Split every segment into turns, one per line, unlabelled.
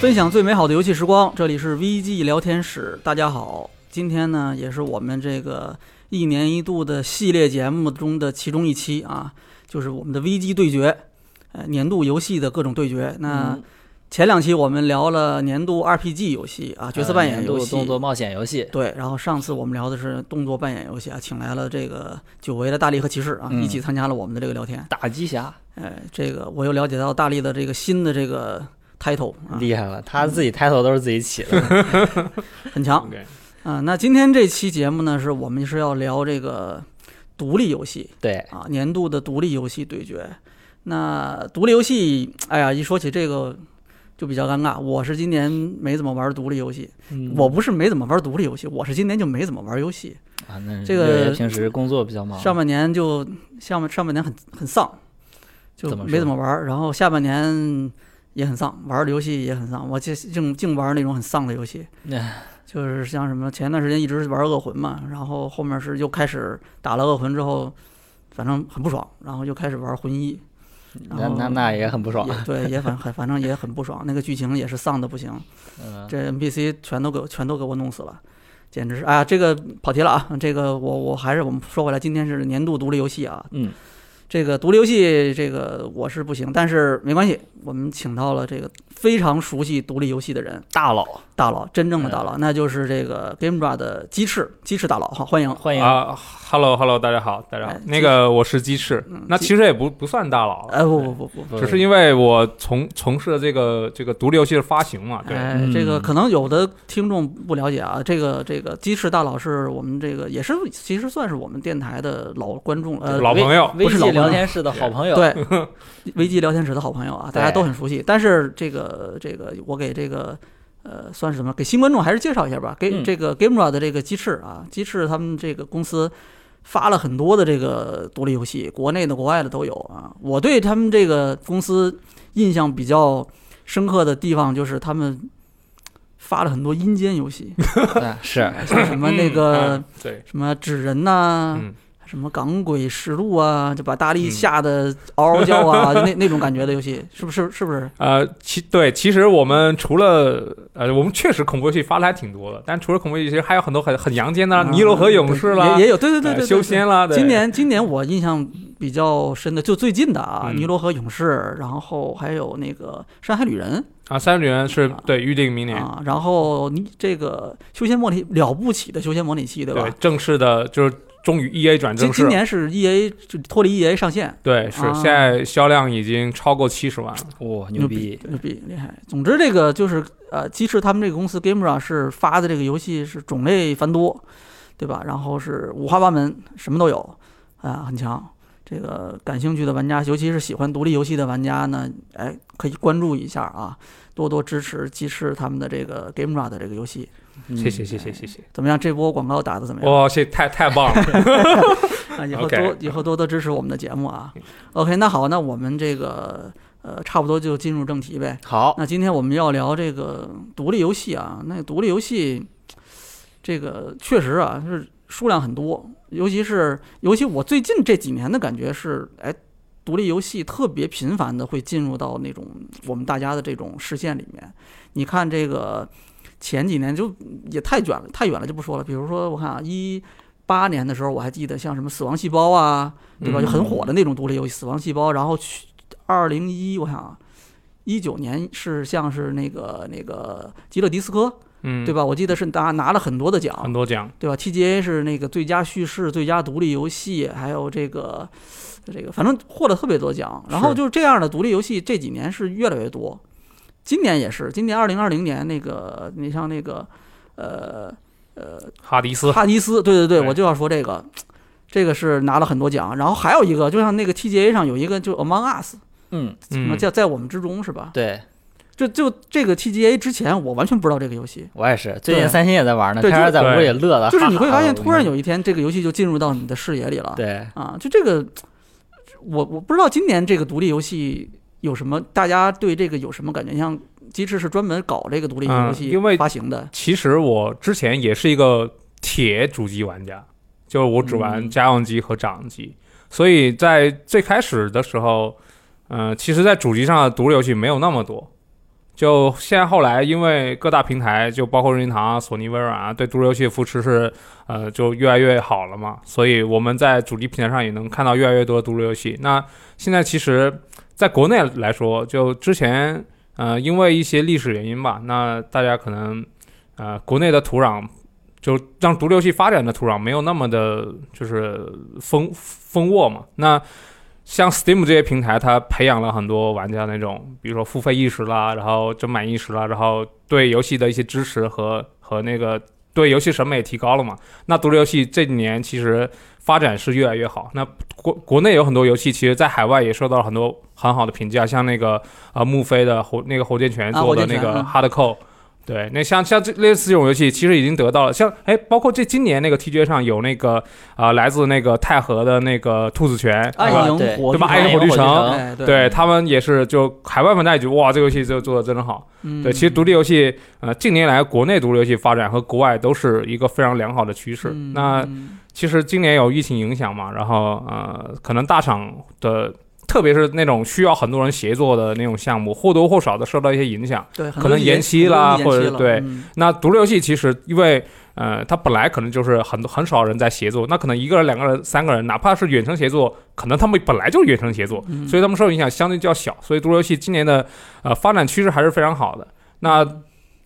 分享最美好的游戏时光，这里是 VG 聊天室。大家好，今天呢也是我们这个一年一度的系列节目中的其中一期啊，就是我们的 VG 对决，呃，年度游戏的各种对决。那
嗯
前两期我们聊了年度 RPG 游戏啊，角色扮演游
呃
戏，
动作冒险游戏，
对，然后上次我们聊的是动作扮演游戏啊，请来了这个久违的大力和骑士啊，
嗯
一起参加了我们的这个聊天。
打击侠
哎，这个我又了解到大力的这个新的这个 title 啊，
厉害了，他自己 title 都是自己起 的。
很强啊、
OK，
那今天这期节目呢，是我们是要聊这个独立游戏
对，
啊，年度的独立游戏对决。那独立游戏，哎呀，一说起这个就比较尴尬。我是今年没怎么玩独立游戏，
嗯
我不是没怎么玩独立游戏，我是今年就没怎么玩游戏。
啊，那是
这个
因为平时工作比较忙，
上半年就上半上半年很很丧，就
怎么
没
说
怎么玩儿。然后下半年也很丧，玩儿的游戏也很丧。我就净净玩儿那种很丧的游戏，
哎
就是像什么前段时间一直是玩儿恶魂嘛，然后后面是又开始打了恶魂之后，反正很不爽，然后又开始玩儿魂一，
那
然后
那那也很不爽
哦也。对，也反很反正也很不爽，那个剧情也是丧的不行。
嗯，
这 NPC 全都给我全都给我弄死了，简直是啊！这个跑题了啊！这个我我还是我们说回来，今天是年度独立游戏啊。
嗯，
这个独立游戏这个我是不行，但是没关系，我们请到了这个非常熟悉独立游戏的人，
大佬，
大佬，真正的大
哎
佬，那就是这个 GameDra 的鸡翅，鸡翅大佬，好欢迎。
欢迎。
啊，Hello Hello，大家好，大家好
哎，
那个我是鸡翅
嗯，
那
鸡
其实也不不算大佬，
哎不不不不，
不
只是因为我从从事这个这个独立游戏的发行嘛，对，
哎，这个
嗯
可能有的听众不了解啊，这个这个鸡翅大佬是我们这个也是其实算是我们电台的老观众了，呃，
老朋友
微
不是老
信
朋友
聊天室的好朋友，
对， 危机聊天室的好朋友啊，大家
对
都很熟悉。但是这个这个，我给这个呃，算是什么？给新观众还是介绍一下吧。给、
嗯
这个 GameRA 的这个鸡翅啊，鸡翅他们这个公司发了很多的这个独立游戏，国内的、国外的都有啊。我对他们这个公司印象比较深刻的地方就是他们发了很多阴间游戏，
嗯是
像什么那个、
嗯嗯对，
什么纸人呐、
嗯，
什么港鬼实录啊，就把大力吓得嗷嗷叫啊，
嗯
那那种感觉的游戏，是不是？是不是？
呃，其对，其实我们除了呃，我们确实恐怖游戏发的还挺多的，但除了恐怖游戏，其实还有很多很很阳间的，尼罗河勇士啦
啊也，也有，对对对
呃
对，对
修。仙啦，
对
对
今年今年我印象比较深的，就最近的啊，
嗯
尼罗河勇士》，然后还有那个《山海旅人
啊，三十元是
啊
对预定明》年。
啊，然后你这个《修仙模拟》了不起的《修仙模拟器》，对吧
对？正式的，就是终于 E A 转
今
正式
今
了，
年是 E A 就脱离 E A 上线，
对，是
啊
现在销量已经超过七十万了。
哇，
牛
哦牛逼！
牛逼，厉害。总之，这个就是呃，鸡翅他们这个公司 Gamera 是发的这个游戏是种类繁多，对吧？然后是五花八门，什么都有，啊、很强。这个感兴趣的玩家，尤其是喜欢独立游戏的玩家呢，哎，可以关注一下啊，多多支持鸡翅他们的这个 Gamera 的这个游戏。
嗯
谢谢谢谢谢谢，
怎么样？这波广告打的怎么样？
哇，谢太太棒了，
啊，以后
哦 OK
多以后多多支持我们的节目啊。OK，那好，那我们这个呃，差不多就进入正题呗。
好，
那今天我们要聊这个独立游戏啊，那独立游戏，这个确实啊是数量很多，尤其是尤其我最近这几年的感觉是，哎，独立游戏特别频繁的会进入到那种我们大家的这种视线里面。你看这个前几年就也太卷了，太远了就不说了，比如说我看啊一。八年的时候，我还记得像什么《死亡细胞》啊，对吧？
嗯
就很火的那种独立游戏《死亡细胞》，然后去二零一，我想啊，一九年是像是那个那个极乐迪斯科，
嗯，
对吧？我记得是拿拿了很多的
很
奖，
多奖，
对吧？TGA 是那个最佳叙事、最佳独立游戏，还有这个这个，反正获了特别多奖。然后
是
就是这样的独立游戏这几年是越来越多，今年也是，今年二零二零年那个你像那个呃呃
哈迪斯，
哈迪斯，对对对，
对
我就要说这个，这个是拿了很多奖。然后还有一个，就像那个 TGA 上有一个就 Among Us，
嗯，
什么
嗯，
叫在我们之中是吧？
对
就就这个 TGA 之前，我完全不知道这个游戏。
我也是，最
对
近三星也在玩呢，
对
天天
就
在屋里乐的，
就是你
哈
会
哈
发
的
现，
我
突然
跟
有一天，这个游戏就进入到你的视野里了
你。对
啊，就这个，我我不知道今年这个独立游戏有什么，大家对这个有什么感觉？像机制是专门搞这个独立
嗯
游戏
因为
发行的。
其实我之前也是一个铁主机玩家，就是我只玩
嗯
家用机和掌机，所以在最开始的时候，嗯、其实，在主机上的独立游戏没有那么多。就现在后来，因为各大平台，就包括任天堂啊、索尼、微软啊，对独立游戏的扶持是，呃，就越来越好了嘛。所以我们在主机平台上也能看到越来越多的独立游戏。那现在其实，在国内来说，就之前，呃，因为一些历史原因吧，那大家可能呃，国内的土壤就让独立游戏发展的土壤没有那么的，就是丰丰沃嘛。那像 Steam 这些平台，它培养了很多玩家那种，比如说付费意识啦，然后正版意识啦，然后对游戏的一些支持和和那个对游戏审美提高了嘛。那独立游戏这几年其实发展是越来越好。那国国内有很多游戏，其实在海外也受到了很多很好的评价，像那个呃木飞的火那个火箭拳
啊
做的
火箭
那
拳
个
嗯
Hardcore。对，那像像这类似这种游戏，其实已经得到了像哎，包括这今年那个 TJ 上有那个啊、来自那个泰和的那个兔子拳，
暗
吧
影
啊对
火
对吧
炬
暗影火炬城
哎，对
对他们也是就海外粉大家觉得哇，这个游戏就做的真好。
嗯
对，其实独立游戏呃近年来国内独立游戏发展和国外都是一个非常良好的趋势。
嗯
那
嗯
其实今年有疫情影响嘛，然后呃，可能大厂的。特别是那种需要很多人协作的那种项目，或多或少的受到一些影响。
对，很
可
多
能
都
延期啦
很多都延期
或者对
嗯
那独立游戏其实因为呃，它本来可能就是很多很少人在协作，那可能一个人、两个人、三个人，哪怕是远程协作，可能他们本来就是远程协作，
嗯
所以他们受影响相对较小。所以独立游戏今年的呃发展趋势还是非常好的。那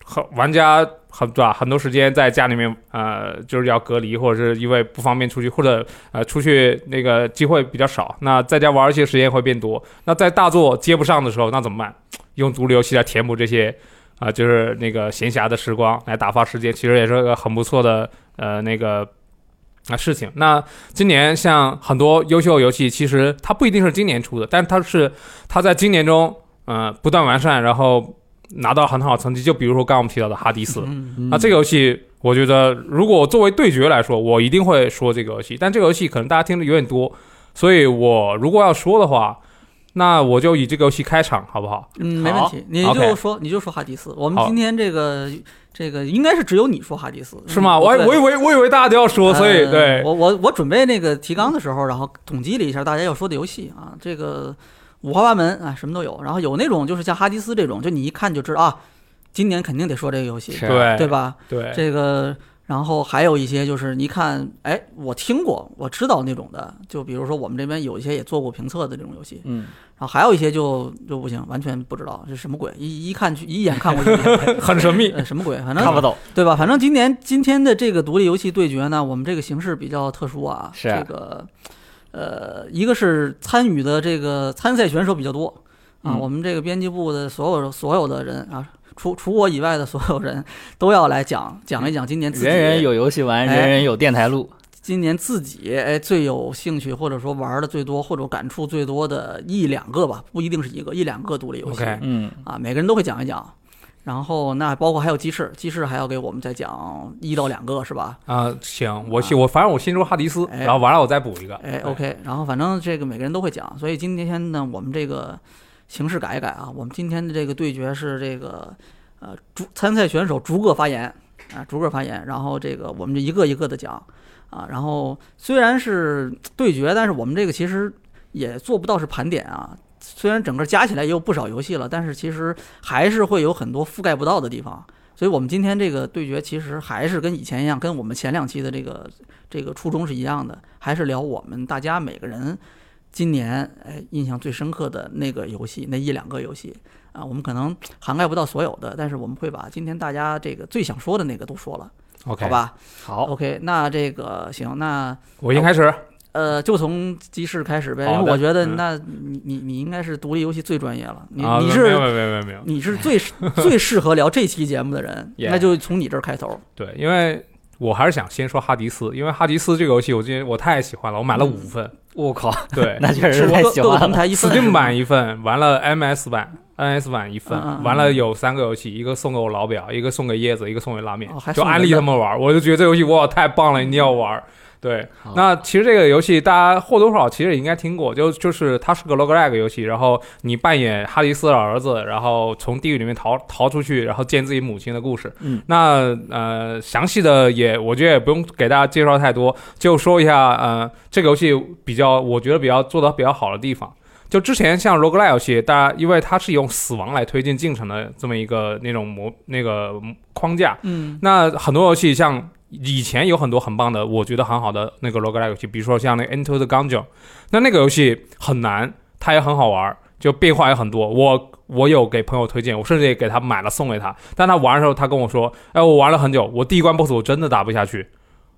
很玩家很对吧？很多时间在家里面呃，就是要隔离，或者是因为不方便出去，或者呃出去那个机会比较少。那在家玩游戏的时间会变多。那在大作接不上的时候，那怎么办？用独立游戏来填补这些。啊、就是那个闲暇的时光来打发时间，其实也是个很不错的呃那个啊事情。那今年像很多优秀游戏，其实它不一定是今年出的，但它是它在今年中呃不断完善，然后拿到很好的成绩。就比如说刚刚我们提到的《哈迪斯》
嗯
嗯
那啊这个游戏，我觉得如果作为对决来说，我一定会说这个游戏。但这个游戏可能大家听的有点多，所以我如果要说的话，那我就以这个游戏开场，好不好？
嗯，没问
好
题，你
，OK
就说你就说哈迪斯。我们
好
今天这个这个应该是只有你说哈迪斯，
是吗？
嗯
我还
对
我以为我以为大家都要说，所以
呃
对，
我我我准备那个提纲的时候，然后统计了一下大家要说的游戏啊，这个五花八门啊，什么都有。然后有那种就是像哈迪斯这种，就你一看就知道啊，今年肯定得说这个游戏，
是
对
对吧？
对
这个，然后还有一些就是你一看，哎，我听过，我知道那种的，就比如说我们这边有一些也做过评测的这种游戏，
嗯，
然后啊还有一些就就不行，完全不知道这什么鬼，一一看去一眼看过去，
很神秘。
呃，什么鬼，反正
看不懂，
对吧？反正今年今天的这个独立游戏对决呢，我们这个形式比较特殊啊，
是
这个，呃，一个是参与的这个参赛选手比较多啊，
嗯
我们这个编辑部的所有所有的人啊，除除我以外的所有人都要来讲讲一讲今年自己
人人有游戏玩，
哎
人人有电台录，
今年自己哎最有兴趣或者说玩的最多或者感触最多的一两个吧，不一定是一个一两个独立游戏。
OK
嗯，
啊，每个人都会讲一讲。然后那包括还有鸡翅，鸡翅还要给我们再讲一到两个是吧？
啊、行，我先我反正我先说哈迪斯，
哎
然后完了我再补一个。
哎
对
，OK，然后反正这个每个人都会讲，所以今天呢，我们这个形式改一改啊，我们今天的这个对决是这个呃逐参赛选手逐个发言啊，逐个发言，然后这个我们就一个一个的讲啊，然后虽然是对决，但是我们这个其实也做不到是盘点啊。虽然整个加起来也有不少游戏了，但是其实还是会有很多覆盖不到的地方。所以我们今天这个对决其实还是跟以前一样，跟我们前两期的这个这个初衷是一样的，还是聊我们大家每个人今年哎印象最深刻的那个游戏，那一两个游戏啊，我们可能涵盖不到所有的，但是我们会把今天大家这个最想说的那个都说了，
OK，
好，吧
好，
？OK，那这个行，那
我先开始。
呃，就从鸡翅开始呗，
好的
因为我觉得
嗯
那你你你应该是独立游戏最专业了，你
啊，
你
没有
是
没有没有没有没有，
你是最最适 合聊这期节目的人，
Yeah
那就从你这儿开头。
对，因为我还是想先说哈迪斯，因为哈迪斯这个游戏我今天我太喜欢了，我买了
嗯
五份，
我靠，
对
那确实
是
太
各
喜
各个
欢
平
了，
台一份
，Steam 版一份，完了 MS 版、NS 版一份，
嗯嗯嗯
完了有三个游戏，一个送给我老表，一个送给椰子，一个送给拉面，
哦还
就
送人
安利
的
他们玩儿，我就觉得这游戏哇太棒了，一定要玩儿。对
好，
那其实这个游戏大家或多或少其实也应该听过，就就是它是个 roguelike 游戏，然后你扮演哈迪斯的儿子，然后从地狱里面逃逃出去，然后见自己母亲的故事。
嗯，
那呃，详细的也我觉得也不用给大家介绍太多，就说一下呃，这个游戏比较我觉得比较做的比较好的地方。就之前像 roguelike 游戏，大家因为它是用死亡来推进进程的这么一个那种模那个框架，
嗯
那很多游戏像以前有很多很棒的，我觉得很好的那个 roguelike 游戏，比如说像那个 Enter the Gungeon，那那个游戏很难，它也很好玩，就变化也很多。我我有给朋友推荐，我甚至也给他买了送给他，但他玩的时候他跟我说：“哎，我玩了很久，我第一关 BOSS 我真的打不下去。”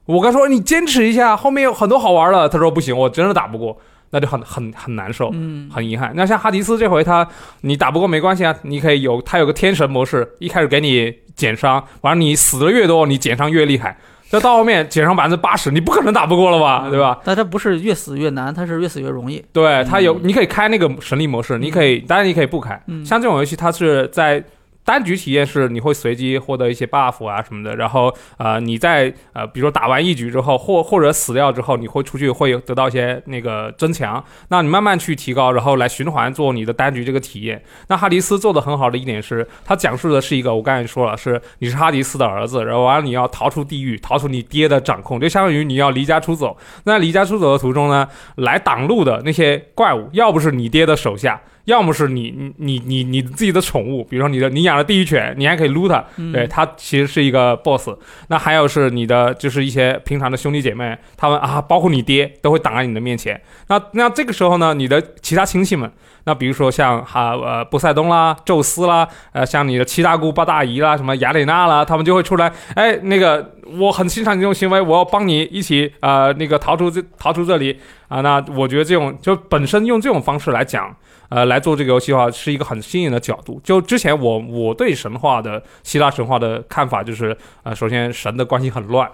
我跟他说：“你坚持一下，后面有很多好玩的。”他说：“不行，我真的打不过。”那就很很很难受。
嗯，
很遗憾。那像哈迪斯这回他，你打不过没关系啊，你可以有他有个天神模式，一开始给你减伤，完了你死的越多，你减伤越厉害。那到后面减伤百分之八十，你不可能打不过了吧，啊对吧？
嗯但它不是越死越难，它是越死越容易。
对，他有，
嗯
你可以开那个神力模式，你可以，当然你可以不开。
嗯
像这种游戏，它是在单局体验是你会随机获得一些 buff 啊什么的，然后呃你在呃比如说打完一局之后，或或者死掉之后，你会出去会有得到一些那个增强，那你慢慢去提高，然后来循环做你的单局这个体验。那哈迪斯做的很好的一点是，他讲述的是一个我刚才说了，是你是哈迪斯的儿子，然后完了你要逃出地狱，逃出你爹的掌控，就相当于你要离家出走。那离家出走的途中呢，来挡路的那些怪物，要不是你爹的手下，要么是你你你你你自己的宠物，比如说你的你养的地狱犬，你还可以撸它，
嗯
对，它其实是一个 boss。那还有是你的就是一些平常的兄弟姐妹，他们啊，包括你爹都会挡在你的面前。那那这个时候呢，你的其他亲戚们，那比如说像哈呃波塞冬啦、宙斯啦，呃像你的七大姑八大姨啦、什么雅典娜啦，他们就会出来，哎，那个我很欣赏你这种行为，我要帮你一起呃那个逃出这逃出这里啊。那我觉得这种就本身用这种方式来讲。呃，来做这个游戏的话，是一个很新颖的角度。就之前我我对神话的希腊神话的看法就是，呃，首先神的关系很乱，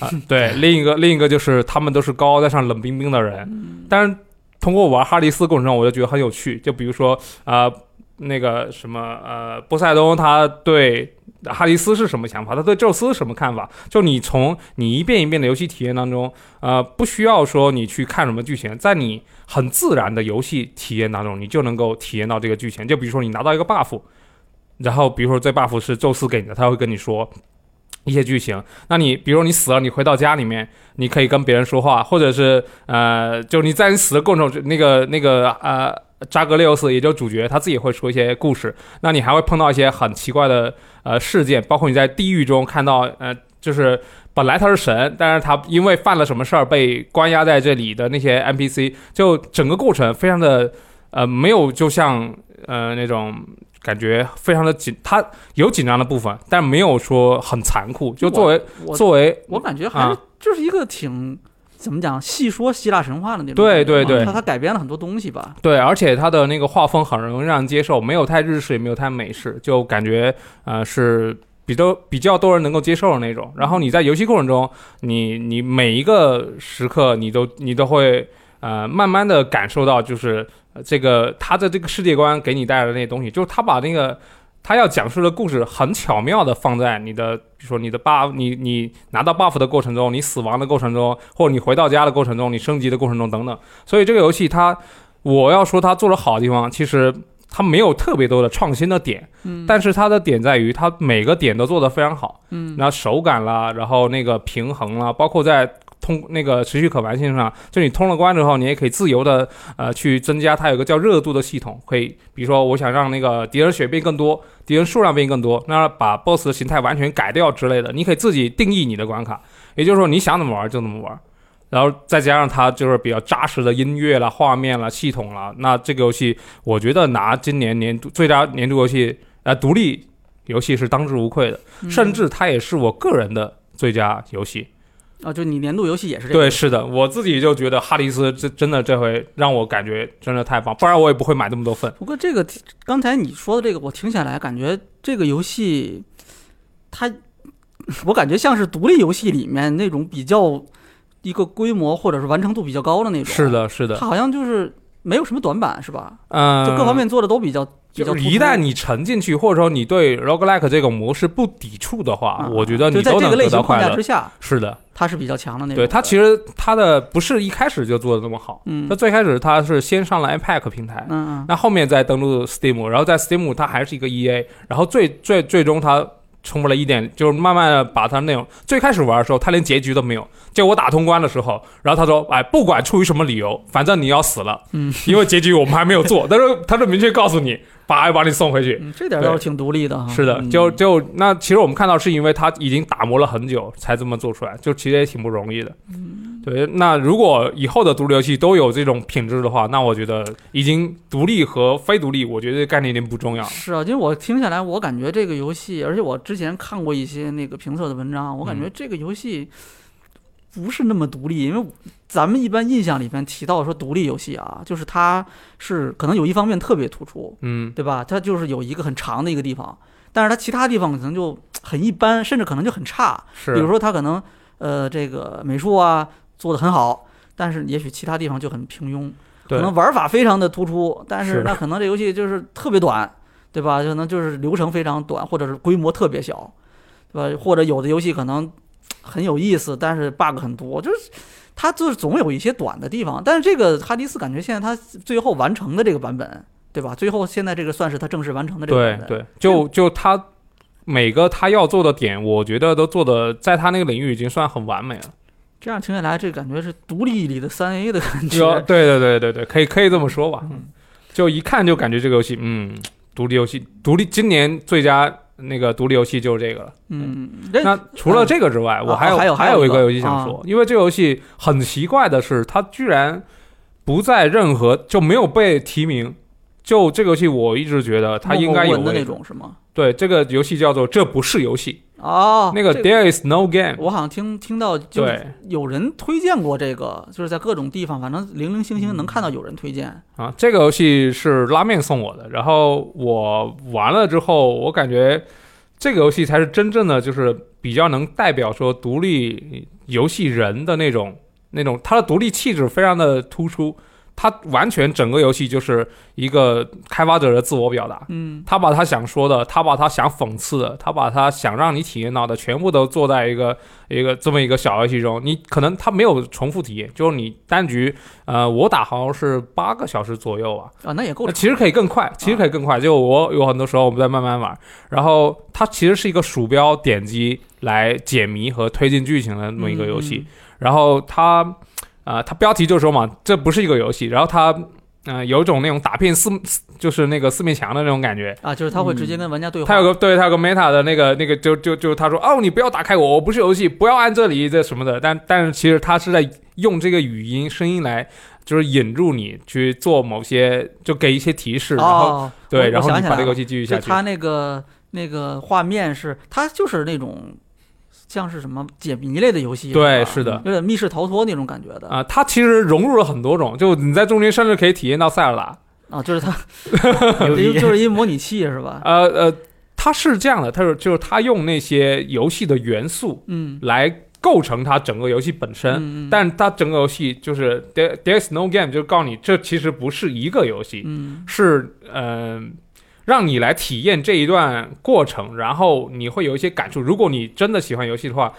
啊、对，另一个另一个就是他们都是高高在上、冷冰冰的人。但是通过玩哈迪斯过程中，我就觉得很有趣。就比如说，呃，那个什么，呃，波塞冬他对哈迪斯是什么想法？他对宙斯是什么看法？就你从你一遍一遍的游戏体验当中，呃，不需要说你去看什么剧情，在你很自然的游戏体验当中，你就能够体验到这个剧情。就比如说你拿到一个 buff，然后比如说这 buff 是宙斯给你的，他会跟你说一些剧情。那你比如说你死了，你回到家里面，你可以跟别人说话，或者是呃，就你在你死的过程中，那个那个呃。扎格列斯也就是主角，他自己会说一些故事。那你还会碰到一些很奇怪的呃事件，包括你在地狱中看到呃，就是本来他是神，但是他因为犯了什么事儿被关押在这里的那些 NPC，就整个过程非常的呃没有就像呃那种感觉非常的紧，他有紧张的部分，但没有说很残酷。就作为
我
作为
我感觉还是
啊
就是一个挺怎么讲，细说希腊神话的那种感觉
对
嘛。
对对
它它改编了很多东西吧。
对，而且它的那个画风很容易让人接受，没有太日式，也没有太美式，就感觉呃是比较比较多人能够接受的那种。然后你在游戏过程中，你你每一个时刻，你都你都会呃慢慢的感受到，就是、呃这个他的这个世界观给你带来的那些东西，就是他把那个。他要讲述的故事很巧妙的放在你的，比如说你的 buff，你你拿到 buff 的过程中，你死亡的过程中，或者你回到家的过程中，你升级的过程中等等。所以这个游戏它我要说它做的好的地方，其实它没有特别多的创新的点，
嗯，
但是它的点在于它每个点都做得非常好，
嗯
然后手感啦，然后那个平衡啦，包括在。通那个持续可玩性上，就你通了关之后，你也可以自由的呃去增加它有个叫热度的系统，可以比如说我想让那个敌人血变更多，敌人数量变更多，那把 BOSS 的形态完全改掉之类的，你可以自己定义你的关卡，也就是说你想怎么玩就怎么玩。然后再加上它就是比较扎实的音乐啦、画面啦、系统啦，那这个游戏我觉得拿今年年度最佳年度游戏呃独立游戏是当之无愧的，
嗯
甚至它也是我个人的最佳游戏。
啊，就你年度游戏也是这个。
对，是的，我自己就觉得《哈迪斯》这真的这回让我感觉真的太棒，不然我也不会买这么多份。
不过这个刚才你说的这个，我听下来感觉这个游戏，它我感觉像是独立游戏里面那种比较一个规模或者是完成度比较高的那种。
是，的，是的
它，好像就是没有什么短板，是吧？
嗯，
就各方面做的都比较比较
就
突
是
出
一旦你沉进去，或者说你对 roguelike 这个模式不抵触的话，
啊
我觉得
就
你
在
都
这
能
个类
得
型
到
框
快
架之
乐。
下，
是的，
它是比较强的那种。
对它其
实，
实它的不是一开始就做的那么好，
嗯
它最开始它是先上了 iPad 平台，
嗯嗯
那后面再登录 Steam，然后在 Steam 它还是一个 EA，然后最最最终它冲破了一点，就是慢慢的把它内容。最开始玩的时候，它连结局都没有。结果我打通关的时候，然后他说：“哎，不管出于什么理由，反正你要死了，
嗯，
因为结局我们还没有做。”但是他就明确告诉你，把要把你送回去。
嗯，这点倒是挺独立的哈。
是的，
嗯
就就那其实我们看到是因为他已经打磨了很久才这么做出来，就其实也挺不容易的。对，那如果以后的独立游戏都有这种品质的话，那我觉得已经独立和非独立，我觉得这概念已经不重要了。
是啊，因为我听下来，我感觉这个游戏，而且我之前看过一些那个评测的文章，我感
嗯
觉这个游戏不是那么独立，因为咱们一般印象里边提到说独立游戏啊，就是它是可能有一方面特别突出，
嗯，
对吧？它就是有一个很长的一个地方，但是它其他地方可能就很一般，甚至可能就很差。
是，
比如说它可能呃这个美术啊做的很好，但是也许其他地方就很平庸。可
对
能玩法非常的突出，但是
是
那可能这游戏就是特别短，对吧？可能就是流程非常短，或者是规模特别小，对吧？或者有的游戏可能很有意思，但是 bug 很多，就是它就是总有一些短的地方。但是这个哈迪斯感觉现在它最后完成的这个版本，对吧？最后现在这个算是它正式完成的这个
对
版本，
对，就就他每个他要做的点，我觉得都做的在他那个领域已经算很完美了。
这样听下来，这感觉是独立里的三 A 的感
有
觉。
对啊对对对对，可以可以这么说吧。
嗯
就一看就感觉这个游戏，嗯，独立游戏，独立今年最佳那个独立游戏就是这个了。
嗯，这
那除了这个之外，我还
啊还有
有
还有
有
一
一
个
个游戏想说，因为这个游戏很奇怪的是，它居然不在任何就没有被提名。就这个游戏，我一直觉得它应
默默
该有
文的那
位置
种是吗？
对，这个游戏叫做《这不是游戏》，
哦，
那个
这
There is no game。
我好像听听到就
对
是有人推荐过这个，就是在各种地方，反正零零星星能
嗯
看到有人推荐。
啊，这个游戏是拉面送我的，然后我玩了之后，我感觉这个游戏才是真正的就是比较能代表说独立游戏人的那种那种，它的独立气质非常的突出，它完全整个游戏就是一个开发者的自我表达，
嗯
他把他想说的，他把他想讽刺的，他把他想让你体验到的，全部都做在一个一个这么一个小游戏中。你可能他没有重复体验，就是你单局，呃，我打好像是八个小时左右吧，
啊，那也够
那
长。啊
其实可以更快，其实可以更快。就我有很多时候我们在慢慢玩，然后它其实是一个鼠标点击来解谜和推进剧情的那么一个游戏。
嗯
然后它，啊、它标题就说嘛，这不是一个游戏。然后它，嗯、有一种那种打遍四四就是那个四面墙的那种感觉。
啊，就是他会直接跟玩家对话。
嗯他有个对，他有个 meta 的那个那个，就就就他说哦，你不要打开我，我不是游戏，不要按这里这什么的。但但是其实他是在用这个语音声音来，就是引入你去做某些，就给一些提示，然后
哦，我
对，然后
我想
你
起
把
来
这个游
了，
戏继续
就
下去。
他那个那个画面是，他就是那种像是什么解谜类的游戏，
对，
吧
是的，
有点密室逃脱那种感觉的
啊，它其实融入了很多种，就你在中间甚至可以体验到塞尔达。
啊，就是 他
牛逼
就是一模拟器是吧？
呃呃，它是这样的，它是就是它用那些游戏的元素
嗯，
来构成它整个游戏本身。
嗯嗯
但它整个游戏就是 there there's no game，就告诉你这其实不是一个游戏，
嗯
是呃让你来体验这一段过程，然后你会有一些感触。如果你真的喜欢游戏的话，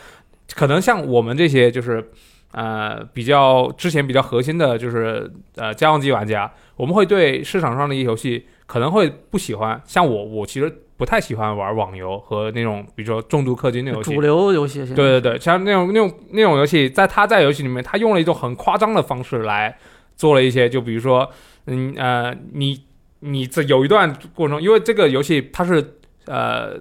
可能像我们这些就是呃比较之前比较核心的，就是呃家用机玩家，我们会对市场上的一些游戏可能会不喜欢。像我，我其实不太喜欢玩网游和那种比如说重度氪金的游戏
主。流游戏现在
对对对，像那种那种那种游戏，在他在游戏里面，他用了一种很夸张的方式来做了一些，就比如说，嗯呃，你你这有一段过程中，因为这个游戏它是呃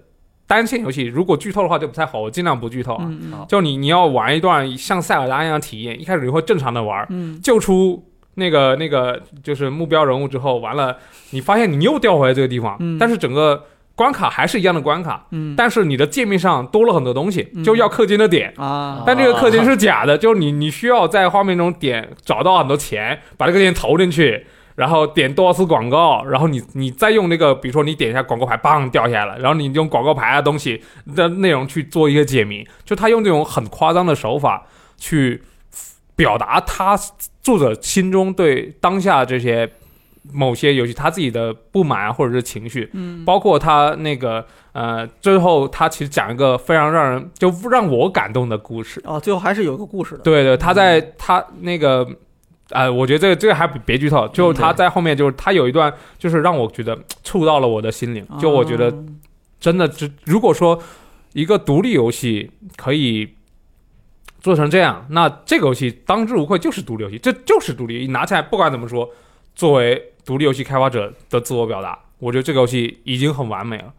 单线游戏，如果剧透的话就不太好，我尽量不剧透啊。
嗯嗯
就你你要玩一段像塞尔达一样的体验，一开始你会正常的玩，
嗯
救出那个那个就是目标人物之后，完了你发现你又掉回来这个地方，
嗯
但是整个关卡还是一样的关卡，
嗯，
但是你的界面上多了很多东西
嗯，
就要氪金的点。
啊，
但这个氪金是假的，就是你你需要在画面中点找到很多钱，把这个钱投进去，然后点多少次广告，然后你你再用那个，比如说你点一下广告牌，砰掉下来了，然后你用广告牌的啊东西的内容去做一个解谜，就他用这种很夸张的手法去表达他作者心中对当下这些某些游戏他自己的不满啊或者是情绪，
嗯，
包括他那个呃，最后他其实讲一个非常让人就让我感动的故事。
哦，最后还是有一个故事的。
对对，他在他那个，呃，我觉得这个这个还别剧透，就
嗯
是他在后面就是他有一段就是让我觉得触到了我的心灵，就我觉得
啊
真的只如果说一个独立游戏可以。做成这样，那这个游戏当之无愧就是独立游戏，这就是独立。拿起来不管怎么说，作为独立游戏开发者的自我表达，我觉得这个游戏已经很完美了，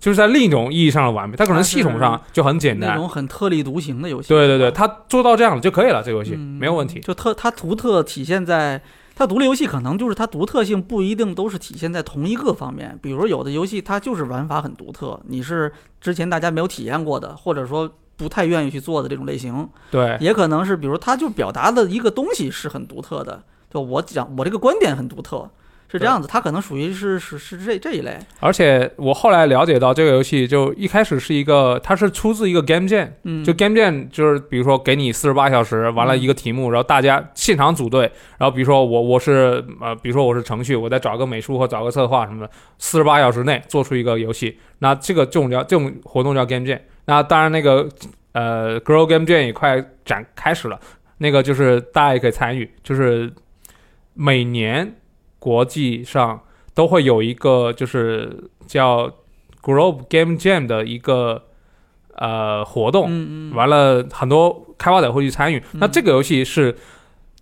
就是在另一种意义上的完美。它可能系统上就很简
嗯
单
那，种很特立独行的游戏。
对对对，他做到这样了就可以了，这个游戏、
嗯
没有问题。
就特它独特体现在它独立游戏可能就是它独特性不一定都是体现在同一个方面，比如说有的游戏它就是玩法很独特，你是之前大家没有体验过的，或者说。不太愿意去做的这种类型，
对
也可能是，比如它就表达的一个东西是很独特的，就我讲我这个观点很独特，是这样子，它可能属于是是是这这一类，
而且我后来了解到，这个游戏就一开始是一个，它是出自一个 Game Jam，
嗯，
就 Game Jam 就是比如说给你四十八小时，完了一个题目，然后大家现场组队，然后比如说我我是呃，比如说我是程序，我再找个美术或找个策划什么的，四十八小时内做出一个游戏，那这个这种叫这种活动叫 Game Jam。那当然那个呃 Girl Game Jam 也快展开始了，那个就是大家也可以参与，就是每年国际上都会有一个就是叫 Girl Game Jam 的一个呃活动。
嗯嗯，
完了很多开发者会去参与。
嗯
那这个游戏是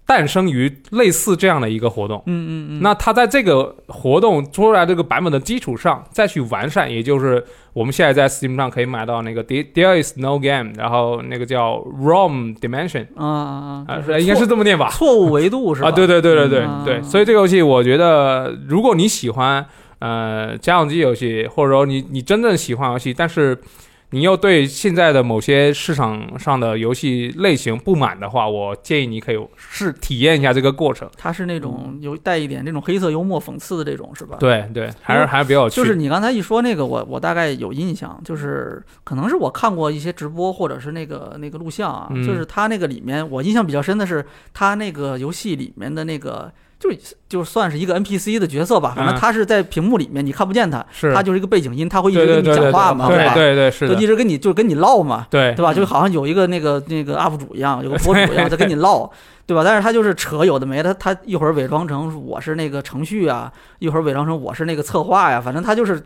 诞生于类似这样的一个活动。
嗯嗯嗯，
那它在这个活动做出来这个版本的基础上，再去完善，也就是我们现在在 Steam 上可以买到那个 There There is no game，然后那个叫 Rom Dimension，
啊啊
啊，
就是
应该是
错
这么念吧？
错误维度是吧？
啊，对对对对对、
嗯
对，所以这个游戏我觉得，如果你喜欢呃家用机游戏，或者说你你真正喜欢游戏，但是你又对现在的某些市场上的游戏类型不满的话，我建议你可以试体验一下这个过程。
它是那种有带一点这种黑色幽默讽刺的这种，是吧？，
对对，还是还是比较有
嗯
趣。
就是你刚才一说那个，我我大概有印象，就是可能是我看过一些直播或者是那个那个录像啊，
嗯
就是它那个里面我印象比较深的是它那个游戏里面的那个。就就算是一个 NPC 的角色吧，反正
嗯
他是在屏幕里面，你看不见他，
是
他就是一个背景音，他会一直
对对
跟
对
你
对
讲话嘛，
对
吧？
对对是
就
的，
一直跟你就是跟你唠嘛，
对
对吧？就好像有一个那个那个 UP 主一样，有个博主一样在跟你唠， 对吧？但是他就是扯有的没的，他一会儿伪装成我是那个程序啊，一会儿伪装成我是那个策划呀，反正他就是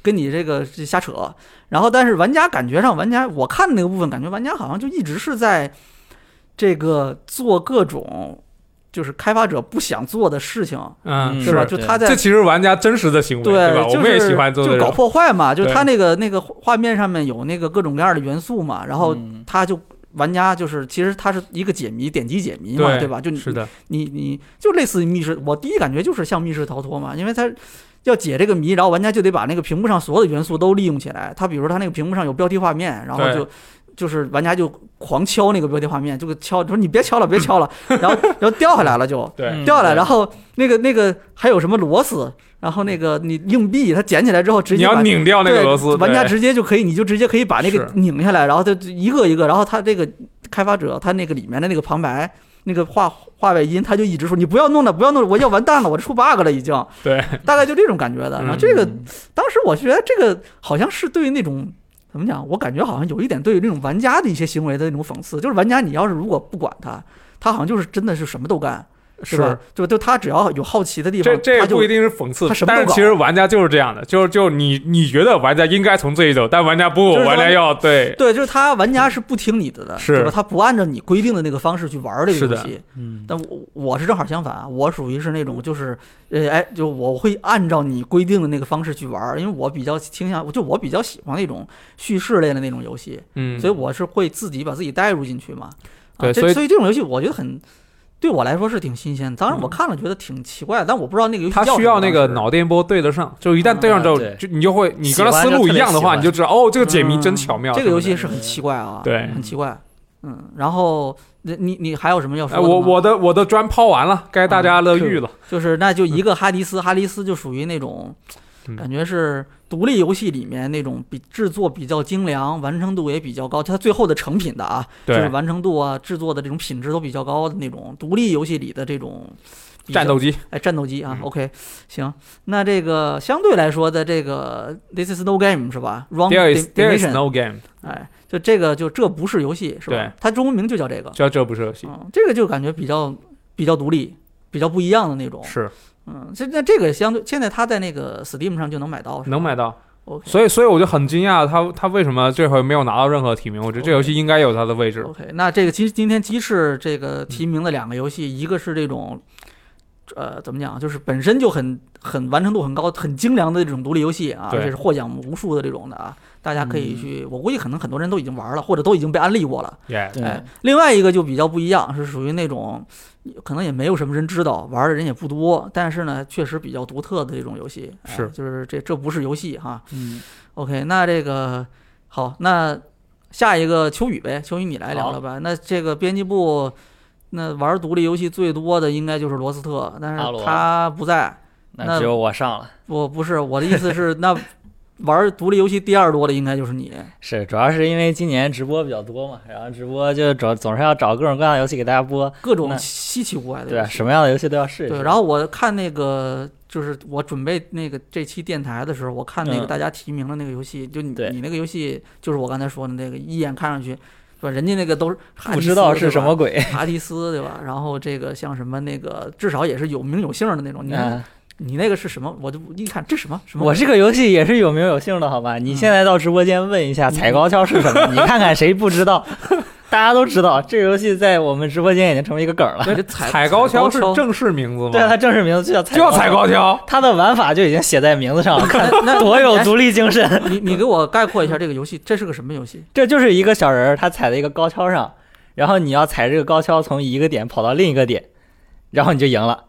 跟你这个瞎扯。然后，但是玩家感觉上，玩家我看那个部分，感觉玩家好像就一直是在这个做各种就是开发者不想做的事情，
嗯
嗯
是吧？
是
就他在
这其实玩家真实的行为，
对
吧？
就是
我们也喜欢做
就
这
搞
种。
破坏嘛，就是
对
他那个那个画面上面有那个各种各样的元素嘛，然后
嗯
他就玩家就是其实它是一个解谜，点击解谜嘛，
对
对吧？就你
是的，
你你就类似于密室，我第一感觉就是像密室逃脱嘛，因为它要解这个谜，然后玩家就得把那个屏幕上所有的元素都利用起来。他比如说他那个屏幕上有标题画面，然后
对
就。就是玩家就狂敲那个标题画面，就给敲，说你别敲了，别敲了， 然后然后掉下来了就，
对，
掉下来，然
后
后那个那个还有什么螺丝，然后那个你硬币，它捡起来之后直
你
接把
要拧掉那个
对
螺丝，
玩家
对
直接就可以，你就直接可以把那个
是
拧下来，然后它就一个一个，然后它这个开发者他那个里面的那个旁白。那个话话外音，他就一直说你不要弄了，不要弄了，我要完蛋了，我出 bug 了已经。
对，嗯
大概就这种感觉的。然后这个当时我觉得这个好像是对那种怎么讲，我感觉好像有一点对那种玩家的一些行为的那种讽刺，就是玩家你要是如果不管他，他好像就是真的是什么都干，是吧？就就他只要有好奇的地方
这，这也
他就
不一定是讽刺
他什，么都
但是
搞
其实玩家就是这样的，就是就你你觉得玩家应该从这一走，但玩家不，
就是说
玩家要对
对，就是他玩家是不听你的的，
是
对吧？他不按照你规定的那个方式去玩这
是
个
的
游戏。
嗯
但我我是正好相反啊，我属于是那种就是，呃，哎，就我会按照你规定的那个方式去玩，因为我比较倾向，就我比较喜欢那种叙事类的那种游戏，
嗯，
所以我是会自己把自己带入进去嘛。啊、
对
这
所以
所以这种游戏我觉得很。对我来说是挺新鲜的，当然我看了觉得挺奇怪，但我不知道那个游戏
他
叫
嗯需
什么
要那个
当时
脑电波对得上，就一旦对上之
嗯
后，
对
就你就会你
喜
跟
欢
他思路一样的
就特别喜
话，
欢
你就知道哦，这个解谜真巧妙。
嗯这个游戏
什
是很奇怪啊，
对
很奇怪。嗯，然么的然后你你还有什么要
么
说
的，哎，
的吗？
我我的我的砖抛完了，该大家乐
嗯
遇了。
就是那就一个哈迪斯，哈迪斯就属于那种
嗯
感觉是独立游戏里面那种比制作比较精良，完成度也比较高，它最后的成品的啊，就是
对，
完成度啊、制作的这种品质都比较高的那种独立游戏里的这种已经
战斗机，
哎，战斗机啊、
嗯
o k 行，那这个相对来说的这个 This is no game 是吧？Wrong
there is there is
definition，
no game，
哎，就这个就这不是游戏是
对
吧？它中文名就叫这个，
这这不是游戏，
嗯，这个就感觉比较比较独立，比较不一样的那种，
是
嗯，这那这个相对现在它在那个 Steam 上就能买到，是吧
能买到。
？OK
所以，所以我就很惊讶他，他为什么这回没有拿到任何提名？我觉得这游戏应该有它的位置。
OK，那这个今今天鸡翅这个提名的两个游
嗯
戏，一个是这种。呃，怎么讲？就是本身就很很完成度很高、很精良的这种独立游戏啊，
对嗯
而且是获奖无数的这种的啊，大家可以去，我估计可能很多人都已经玩了，或者都已经被安利过了。
耶，
对
哎，另外一个就比较不一样，是属于那种可能也没有什么人知道，玩的人也不多，但是呢，确实比较独特的这种游戏。哎
是
就是这这不是游戏哈。
嗯，
OK，那这个好，那下一个秋雨呗，秋雨你来聊
好
聊吧。那这个编辑部，那玩独立游戏最多的应该就是罗斯特，但
阿罗
是他不在。那
那只有我上了。
我不是我的意思是，那玩独立游戏第二多的应该就是你。
是，主要是因为今年直播比较多嘛，然后直播就找总是要找各种各样的游戏给大家播，
各种
那
稀奇古怪的
对
游
吧？
戏。
什么样的游戏都要试一试。
对，然后我看那个，就是我准备那个这期电台的时候，我看那个
嗯
大家提名的那个游戏，就你
对
你那个游戏，就是我刚才说的那个，一眼看上去，对吧？人家那个都是哈
不
迪
知道
斯
是什么，鬼
对。吧哈迪斯对 吧？然后这个像什么那个，至少也是有名有姓的那种。你、
嗯，
你那个是什么？我就一看这什么什么
我
鬼，
这个游戏也是有名有姓的，好吧？
嗯
你现在到直播间问一下踩高跷是什么，你看看谁不知道。 大家都知道，这个游戏在我们直播间已经成为一个梗了。
你 这踩
踩
高
高跷是
跷
正式名字吗？
对啊，它正式名字就叫踩
就叫踩高跷。
它的玩法就已经写在名字上了，看
那
多有独立精神。
你你给我概括一下这个游戏，这是个什么游戏？
这就是一个小人儿，他踩在一个高跷上，然后你要踩这个高跷从一个点跑到另一个点，然后你就赢了。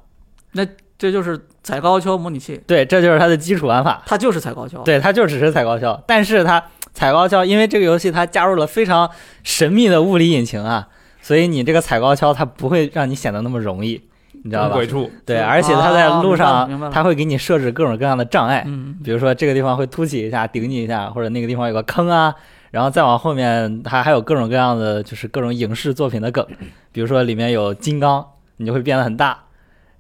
这就是踩高跷模拟器，
对，这就是它的基础玩法。
它就是踩高跷。
对，它就只是踩高跷，但是它踩高跷，因为这个游戏它加入了非常神秘的物理引擎啊，所以你这个踩高跷它不会让你显得那么容易，你知道吧
鬼？畜，
对，
啊
而且它在路
明白了明白
上，
了
它会给你设置各种各样的障碍，
嗯，
比如说这个地方会凸起一下，顶你一下，或者那个地方有个坑啊，然后再往后面，它还有各种各样的就是各种影视作品的梗，比如说里面有金刚，你就会变得很大，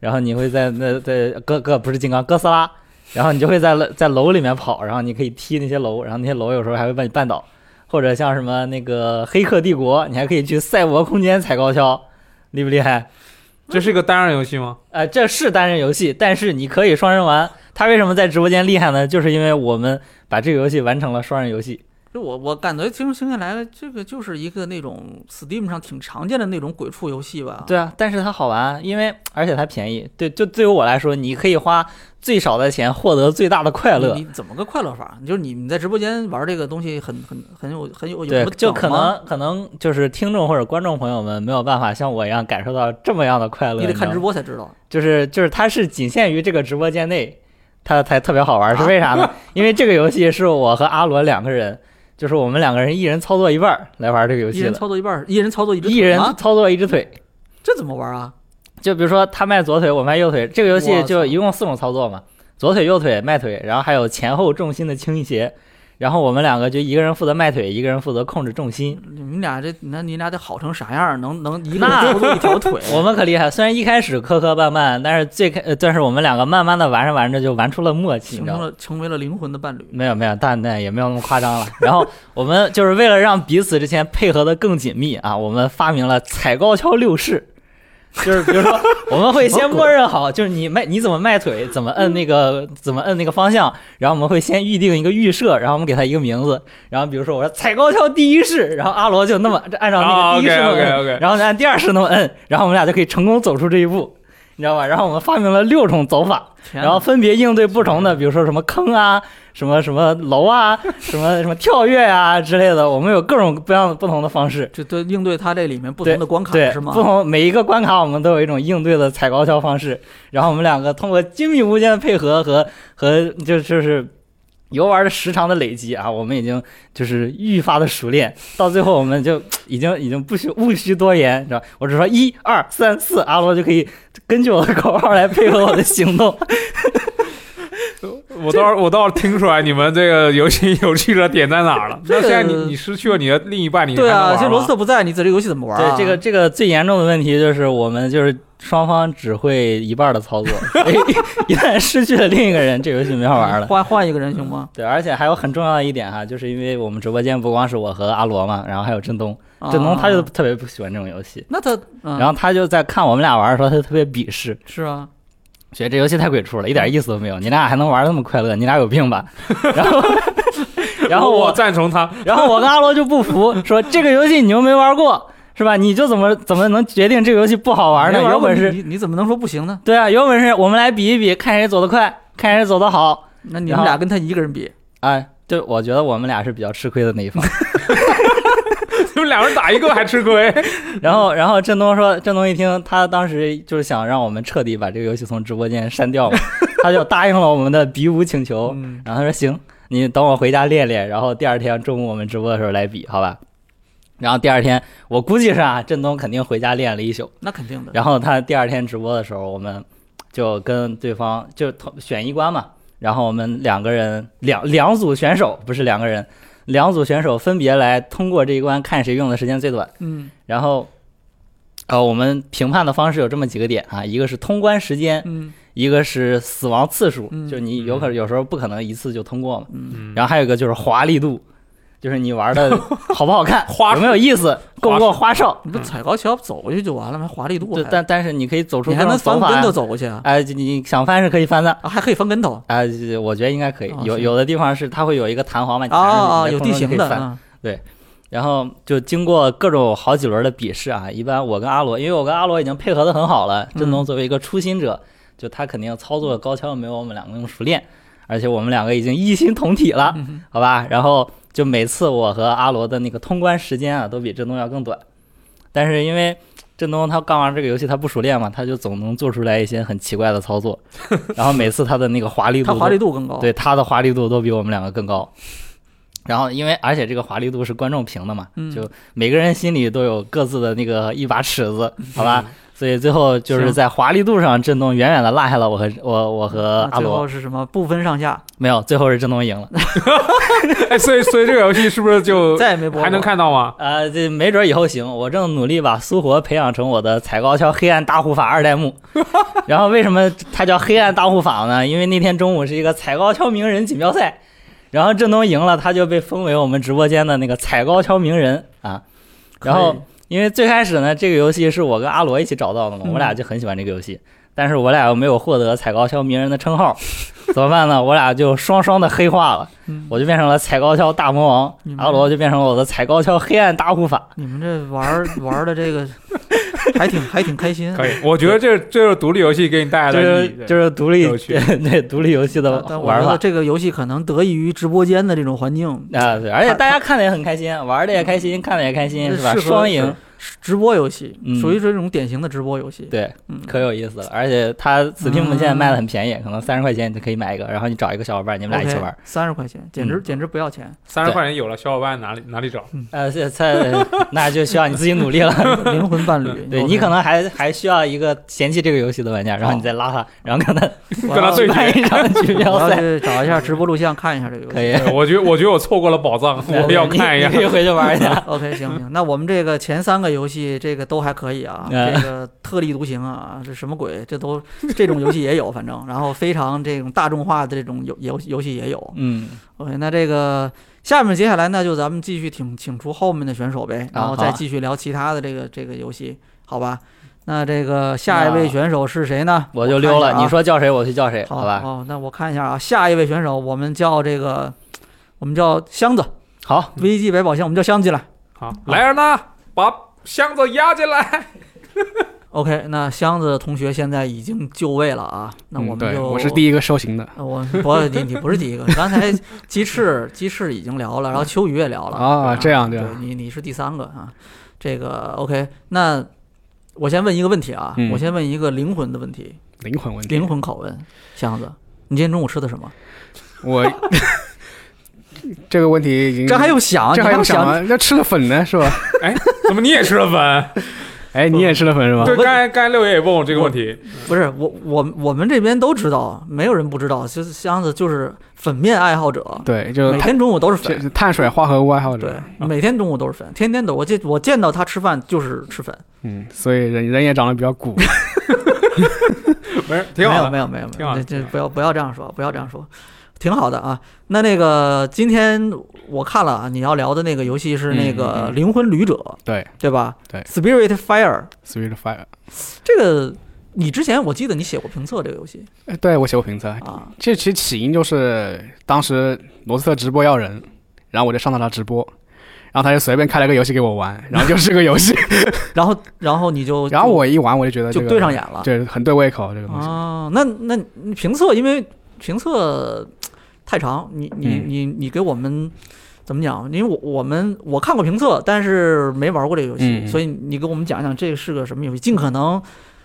然后你会在那在哥哥不是金刚哥斯拉，然后你就会在在楼里面跑，然后你可以踢那些楼，然后那些楼有时候还会把你绊倒，或者像什么那个《黑客帝国》，你还可以去赛博空间踩高跷，厉不厉害？
这是一个单人游戏吗？
呃，这是单人游戏，但是你可以双人玩。它为什么在直播间厉害呢？就是因为我们把这个游戏完成了双人游戏。
就我我感觉听听下来，这个就是一个那种 Steam 上挺常见的那种鬼畜游戏吧。
对啊，但是它好玩，因为而且它便宜。对，就对于我来说，你可以花最少的钱获得最大的快
你，
乐
你。怎么个快乐法？就是你你在直播间玩这个东西很，很很有很有有
对
什么，啊
就
梗
可
吗
能可能就是听众或者观众朋友们没有办法像我一样感受到这么样的快乐。
你得看
知道吗
直播才知道。
就是就是它是仅限于这个直播间内，它才特别好
啊
玩，是为啥呢？ 因为这个游戏是我和阿罗两个人，就是我们两个人一人操作一半儿来玩这个游
一
戏
人
的，
操作一半儿，一人操作一只
一
腿
人
吗
操作一只腿。
这怎么玩啊？
就比如说他迈左腿，我迈右腿，这个游戏就一共四种操作嘛，左腿、右腿、迈腿，然后还有前后重心的倾斜。然后我们两个就一个人负责迈腿，一个人负责控制重心。
你们俩这那你俩得好成啥样儿？能能一个人
那
操作一条 腿？
我们可厉害，虽然一开始磕磕绊绊，但是最开，呃但是我们两个慢慢的玩着玩着就玩出了默契，你
形
知道
成
吗？
了成为了灵魂的伴侣。
没有没有，但那也没有那么夸张了。 然后我们就是为了让彼此之间配合的更紧密啊，我们发明了踩高跷六式，就是比如说 我们会先默认好，就是你迈你怎么迈腿，怎么摁那个怎么摁那个方向，然后我们会先预定一个预设，然后我们给它一个名字，然后比如说我说踩高跷第一式，然后阿罗就那么按照那
啊
个第一
，OK
式那么摁
OK OK，
然后呢，按第二式那么摁，然后我们俩就可以成功走出这一步，你知道吧？然后我们发明了六种走法。
天哪
然后分别应对不同的，比如说什么 坑啊，什么什么楼啊，什么什么跳跃啊之类的，我们有各种各样的不同的方式。
这对应对它这里面不
对
同的关卡
对，
是吗？
不同每一个关卡我们都有一种应对的踩高跷方式，然后我们两个通过精密无间的配合和和就就是游玩的时长的累积啊，我们已经就是愈发的熟练，到最后我们就已经已经不需无需多言，你知道吧，我只说一二三四，阿罗就可以根据我的口号来配合我的行动。
我倒是我倒是听出来你们这个游戏有趣的点在哪 儿了。
这
那
个
现在你你失去了你的另一半，你
对
还能
啊，
玩
这罗
吗
斯特不在，你这游戏怎么玩啊？
对，这个这个最严重的问题就是我们就是双方只会一半的 操作，所以一旦失去了另一个人，这游戏没法玩
嗯
了。
换换一个人行吗？
对，而且还有很重要的一点哈，就是因为我们直播间不光是我和阿罗嘛，然后还有振东，
啊
振东嗯他就特别不喜欢这种游戏，
那他，嗯、
然后他就在看我们俩玩的时候，他就特别鄙视，
是啊，
觉得这游戏太鬼畜了，一点意思都没有，你俩还能玩得那么快乐，你俩有病吧？然后， 然后
我
我，
赞成他，
然后我跟阿罗就不服，说这个游戏你又没玩过，是吧？你就怎么怎么能决定这个游戏不好玩呢？
没
有
过
本事
你你怎么能说不行呢？
对啊，有本事我们来比一比，看谁走得快，看谁走得好。
那你
然
们
后
俩跟他一个人比，
哎，就我觉得我们俩是比较吃亏的那一 方。
你们两人打一个还吃 亏，
然后，然后振东说，振东一听，他当时就是想让我们彻底把这个游戏从直播间删掉嘛，他就答应了我们的比武请求。
嗯，
然后他说行，你等我回家练练，然后第二天中午我们直播的时候来比，好吧？然后第二天，我估计是啊，振东肯定回家练了一宿。
那肯定的。
然后他第二天直播的时候，我们就跟对方就同选一关嘛，然后我们两个人两两组选手不是两个人，两组选手分别来通过这一关看谁用的时间最短。
嗯
然后，呃，我们评判的方式有这么几个点啊，一个是通关时间，
嗯
一个是死亡次数，
嗯
就是你有可有时候不可能一次就通过嘛。
嗯，
然后还有一个就是华丽度，就是你 玩的好不好看，
花
有没有意思，够不够花哨。
你不踩高跷走过去就完了吗？还华丽度
对，
还，
但但是你可以走出
你还
各种
能翻
走法
跟
呀
头走过去啊？
哎，你你想翻是可以翻的。
啊，还可以翻跟头
啊、这我觉得应该可以
啊。
有
是
有的地方是它会有一个弹簧嘛，你
啊
弹上去
啊，
你在
有
空
地
中就
形
可
的
以翻。
啊，
然后就经过各种好几轮的比试啊，一般我跟阿罗，因为我跟阿罗已经配合的很好了，
嗯
振东作为一个初心者，就他肯定操作高跷没有我们两个那么熟练，而且我们两个已经一心同体了，
嗯哼
好吧？然后就每次我和阿罗的那个通关时间啊，都比振东要更短，但是因为。振东他刚玩这个游戏，他不熟练嘛，他就总能做出来一些很奇怪的 操作，然后每次他的那个华丽度
它
都
华丽度更高。
对它的华丽度都比我们两个更高。然后，因为而且这个华丽度是观众评的嘛，
嗯
就每个人心里都有各自的那个一把尺子，好吧？所以最后就是
嗯行
在华丽度上，振东远远的落下了我和我我和
那
呃阿
啊最后
罗，
是什么？不分上下，
没有，最后是振东赢了。
哎，所以所以这个游戏是不是就
再也没播过。
还能看 到吗？
呃，这没准以后行，我正努力把苏活培养成我的踩高跷黑暗大护法二代目。 然后为什么他叫黑暗大护法呢？因为那天中午是一个踩高跷名人锦标赛，然后振东赢了，他就被封为我们直播间的那个踩高跷名人啊。
可以，
然后因为最开始呢，这个游戏是我跟阿罗一起找到的嘛，
嗯
我俩就很喜欢这个游戏，但是我俩又没有获得踩高跷名人的称号，怎么办呢？我俩就双双的黑化了。
嗯
我就变成了踩高跷大魔王
你，们
阿罗就变成了我的踩高跷黑暗大护法。
你们这玩儿 玩儿的这个还挺还挺开心。
可以，我觉得这这是独立游戏给你带来
就
的意
是
义。
就是独立
有趣
对独立游戏的
但但我
玩
觉得
法
这个游戏可能得益于直播间的这种环境，
啊，对，而且大家看的也很开心，啊玩的也开
嗯
心，看的也开心，嗯是吧？双赢，
呃是直播游戏
嗯
属于这种典型的直播游戏。
对，
嗯，
可有意思了。而且它 Steam 现在卖的很便宜，可能三十块钱你就可以买一个，然后你找一个小伙伴，你们俩一起玩。嗯
三十块钱，简直简直不要钱。
三十块钱有了，小伙伴哪里哪里找？
呃，现在那就需要你自己努 力了。
灵魂伴侣，
对你可能还还需要一个嫌弃这个游戏的玩家，然后你再拉他，然后跟他
能
跟他对
办一 场锦
我
标
要
赛，
去找一下直播录像，看一下这个游戏。
可以。
对我觉得我觉得我错过了宝藏，我要看一
你你可以
下。
回去玩一下。
OK，行行，那我们这个前三个游戏，这个都还可以啊，
嗯
这个特立独行啊，这什么鬼？这都这种游戏也有，反正然后非常这种大众化的这种游游游戏也有。
嗯，
OK，那这个下面接下来呢，就咱们继续请请出后面的选手呗，然后
好
再
啊
继续聊其他的这个这个游戏，好吧？那这个下一位选手是谁呢？
我就溜
看一
了，
下啊
你说叫谁我去叫谁，
好
好吧？
哦，那我看一下啊，下一位选手我们叫这个，我们叫箱
嗯
子
好，
，VG 百宝箱，我们叫箱子了。
好，来人呐，把箱子压进来。
OK，那箱子同学现在已经就位了啊，那我们
嗯对，
就、
我是第一个受刑的
呃，我不，你你不是第一个，刚才鸡翅鸡翅已经聊了，然后秋雨也聊了
啊，这样这
对
样，
你你是第三个啊，这个 OK，那我先问一个问题啊，
嗯
我先问一个灵魂的问题，
灵魂问题，
灵魂拷问，箱子，你今天中午吃的什么？
我 这个问题已经
这还用想？
啊
啊
这还
你
用
想
吗？那吃了粉呢是吧？
哎，怎么你也吃了粉？
哎，你也吃了粉是 吧？
对，刚才刚才六爷也问我这个问题，
不是我我我们这边都知道，没有人不知道，就是箱子就是粉面爱好者，
对，就
每
碳
天中午都是粉，
这碳水化合物爱
啊
好
对
者。，
每天中午都是粉，天天都。我见我见到他吃饭就是吃粉，
嗯，所以人人也长得比 较鼓。
没事，挺好的。
没有没有没有
挺
没
好
有，
的
这这
挺好的
不要不要这样说，不要这样说，挺好的啊。那那个今天我看了啊，你要聊的那个游戏是那
嗯
个
嗯
《
嗯
灵魂旅者》，
对
对吧？
对
，Spirit Fire
，Sweet Fire。
这个，你之前我记得你写过评测这个游戏
哎对我写过评测，
啊，
这其实起因就是当时罗斯特直播要人，然后我就上到他直播，然后他就随便开了个游戏给我玩，然后就是个 游戏，
然后然后你就
然后我一玩我就觉得、这
就
个、
对上眼了
对，很对胃口这个东西。
啊。那那你评测因为评测太长，你你
嗯
你你给我们。怎么讲？因为我我们我看过评测，但是没玩过这个游戏，
嗯嗯
所以你给我们讲讲这是个什么游戏？尽可能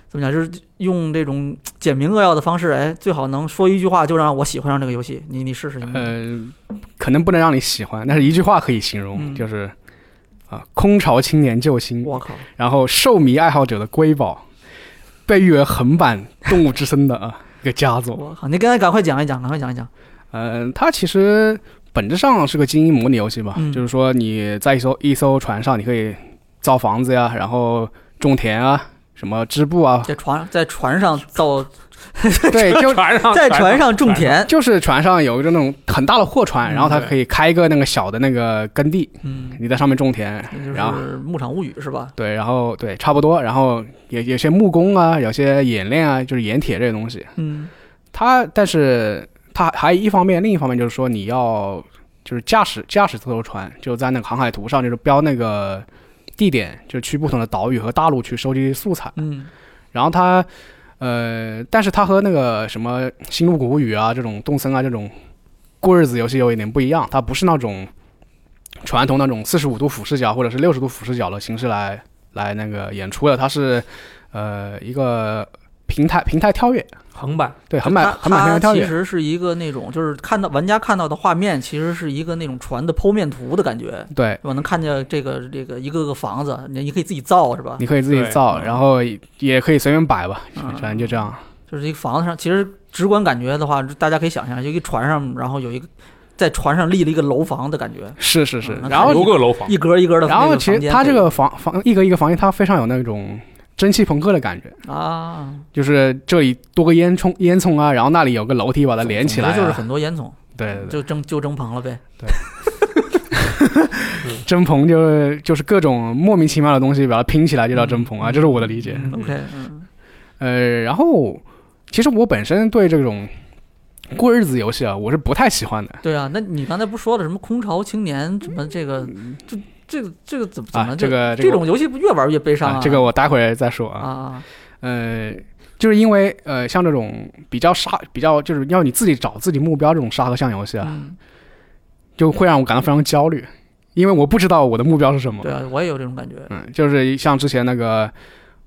怎么讲，就是用这种简明扼要的方式，哎，最好能说一句话就让我喜欢上这个游戏。你你试试行吗？
呃，可能不能让你喜欢，但是一句话可以形容，
嗯
就是啊、空巢青年救星，
我靠，
然后兽迷爱好者的瑰宝，被誉为横版《动物之森》的 啊一个佳作。
我靠！你刚才赶快讲一讲，赶快讲一讲。
嗯，它其实本质上是个精英模拟游戏吧，
嗯
就是说你在一艘一艘船上，你可以造房子呀，然后种田啊，什么织布 啊，
在船在船上造，
对， 就
船上
在船上种，田，
就是船上有一个那种很大的货船，
嗯
然后它
对
可以开一个那个小的那个耕地，
嗯，
你在上面种田，
那就
然后
是《牧场物语》是吧？
对，然后对，差不多，然后也有些木工啊，有些冶炼啊，就是冶铁这些东西。
嗯
它，但是它还一方面，另一方面就是说你要就是驾驶驾驶这艘船，就在那个航海图上就是标那个地点，就去不同的岛屿和大陆去收集素材。
嗯
然后它，呃，但是它和那个什么《星露谷雨》啊这种动森啊这种过日子游戏有一点不一样，它不是那种传统那种四十五度俯视角或者是六十度俯视角的形式来来那个演出的，它是呃一个平台平台跳跃，
横版
对，横版
它
横版平台
它
跳
其
跃。
实是一个那种，就是看到玩家看到的画面，其实是一个那种船的剖面图的感觉。
对，
我能看见这个这个一个个房子，你你可以自己造是吧？
你可以自己
对
造，
嗯
然后也可以随便摆吧，反正
嗯
就这样。
就是一个房子上，其实直观感觉的话，大家可以想象，有一个船上，然后有一个在船上立了一个楼房的感觉，
是是是
嗯，那
然后
肯
五
定
个楼房，
一格一格的那
哦然
房间
后
配。
其实它这个房房一个一个房间，它非常有那种蒸汽朋克的感觉，
啊，
就是这里多个烟囱烟囱啊，然后那里有个楼梯把它连起来啊、
总之就是很多烟囱，
对对对，
就蒸就蒸棚了呗。
蒸棚就是就是各种莫名其妙的东西把它拼起来就叫蒸棚啊，
嗯
这是我的理解。
嗯 OK，嗯
呃，然后其实我本身对这种过日子游戏啊，我是不太喜欢的。
对啊，那你刚才不说了什么空巢青年什么这个，这这个这个怎么怎
嗯啊
么
这个这个
这种游戏不越玩越悲伤
啊，这个我待会儿再说啊。
啊，
呃，就是因为呃，像这种比较沙、比较就是要你自己找自己目标这种沙盒向游戏啊，
嗯，
就会让我感到非常焦虑，因为我不知道我的目标是什么。
对啊，我也有这种感觉。
嗯，就是像之前那个，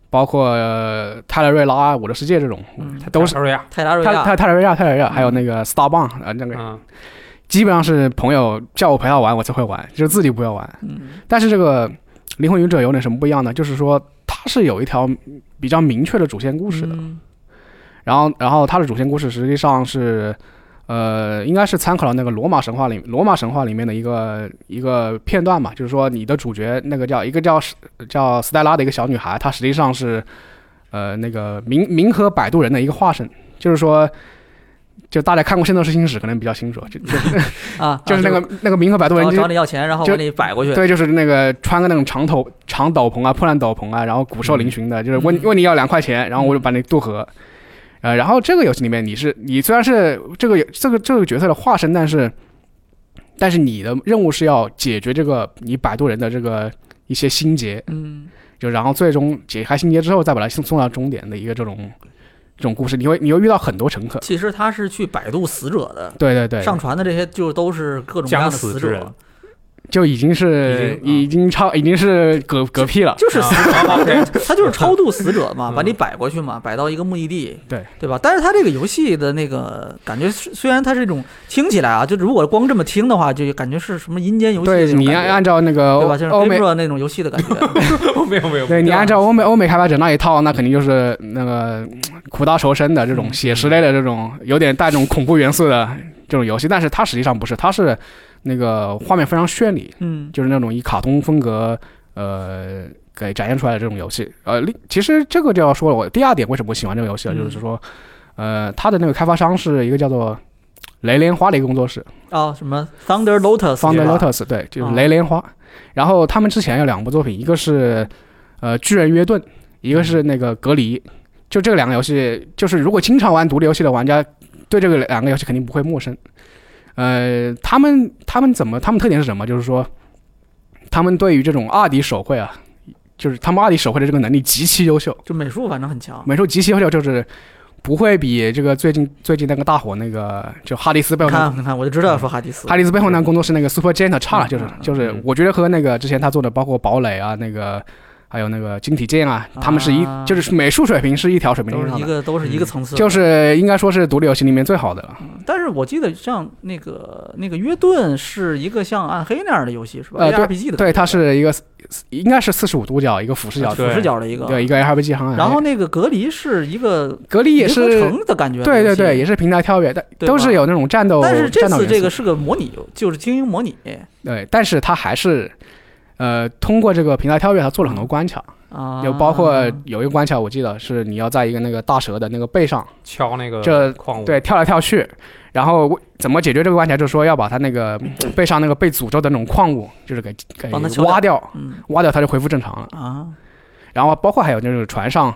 包括、呃泰勒瑞拉啊《我的世界》这种，
嗯，
都是
是呀，
泰达瑞
泰
亚
泰泰勒瑞拉、泰勒瑞拉，
嗯
还有那个 Star 棒啊，那个
嗯，
基本上是朋友叫我陪他玩，我才会玩，就是自己不要玩。
嗯
但是这个《灵魂勇者》有点什么不一样呢？就是说它是有一条比较明确的主线故事的，
嗯
然后然后它的主线故事实际上是。呃，应该是参考了那个罗马神话里罗马神话里面的一个一个片段嘛，就是说你的主角那个叫一个叫叫斯黛拉的一个小女孩，她实际上是呃那个冥冥河摆渡人的一个化身，就是说，就大家看过《圣斗士星矢》可能比较清楚，就就
啊，
就是那个、那个冥河摆渡
啊
人
找
就
找
是
你要钱，然后
就
把你摆过去。
对，就是那个穿个那种长头长斗篷啊，破烂斗篷啊，然后骨瘦嶙峋的，就是问
嗯
问你要两块钱，然后我就把你渡河。呃，然后这个游戏里面你是你虽然是这个呃这个这个角色的化身，但是但是你的任务是要解决这个你摆渡人的这个一些心结，
嗯
就然后最终解开心结之后再把它送送到终点的一个这种这种故事，你会你会遇到很多乘客。
其实他是去摆渡死者的，
对对对，
上船的这些就都是各种各样
将
的
死
死
之
者
人。
就已经是
已经啊
已经超已经是嗝嗝屁了。
就是死者
啊
嘛
，OK，
他就是超度死者嘛，
嗯
把你摆过去嘛，摆到一个目的地，
对
对吧？但是他这个游戏的那个感觉，虽虽然它是一种听起来啊，就如果光这么听的话，就感觉是什么阴间游戏那
对
种
你按哦
感
按照那个
觉，对吧？就是
欧美
Fabra 那种游戏的感觉，
没有没有，
对你
对吧
按照欧美欧美开发者那一套，那肯定就是 那个嗯苦大仇深的这
嗯
种写实类的这种，有点带这种恐怖元素的这种游戏。但是它实际上不是，它是那个画面非常绚丽，
嗯
就是那种以卡通风格呃给展现出来的这种游戏。呃，另其实这个就要说了，我第二点为什么我喜欢这个游戏了，
嗯
啊就是说，呃，它的那个开发商是一个叫做雷莲花的一个工作室
啊，什么 Thunder Lotus，
，Founder
对吧
Lotus，对，就是
啊
雷莲花。然后他们之前有两部作品，一个是呃巨人约顿，一个是那个隔离。就这两个游戏，就是如果经常玩独立游戏的玩家，对这个两个游戏肯定不会陌生。呃，他们他们怎么他们特点是什么？就是说，他们对于这种二 D 手绘啊，就是他们二 D 手绘的这个能力极其优秀，
就美术反正很强。
美术极其优秀，就是不会比这个最近最近那个大火那个就哈迪斯背
你
后那
看，你看，我就知道要说哈迪斯
哈迪斯背后那个工作室那个 Super Giant 差了，
嗯
就是
嗯嗯
就是
嗯
我觉得和那个之前他做的包括堡垒啊那个。还有那个晶体剑啊，
啊
他们是一、就是美术水平是一条水平
都
线
是
上
一
的，
个都是一个层次的，
嗯就是应该说是独立游戏里面最好的了。
但是我记得像那个那个约顿是一个像暗黑那样的游戏是吧
呃对
？ARPG 的，
对，它是一个应该是四十五度角一个俯视角
俯
的，
对
视角的一个。
对一个 RPG 行。
啊然后那个隔离是一个
隔离也
银河
是，
城的感觉，
对对对，也。是平台跳跃，但
对吧
都是有那种战斗
但是这
战斗
次
元素
这个是个模拟，就是精英模拟
对，但是它还是呃通过这个平台跳跃，它做
嗯
了很多关卡，
啊，
就包括有一个关卡我记得是你要在一个那个大蛇的那个背上。
敲那个
这
矿物，
对，跳来跳去，然后为怎么解决这个关卡？就是说要把它那个嗯背上那个被诅咒的那种矿物，就是给给
帮它敲
挖掉，
嗯
挖掉它就恢复正常了。
啊，
然后包括还有就是船上，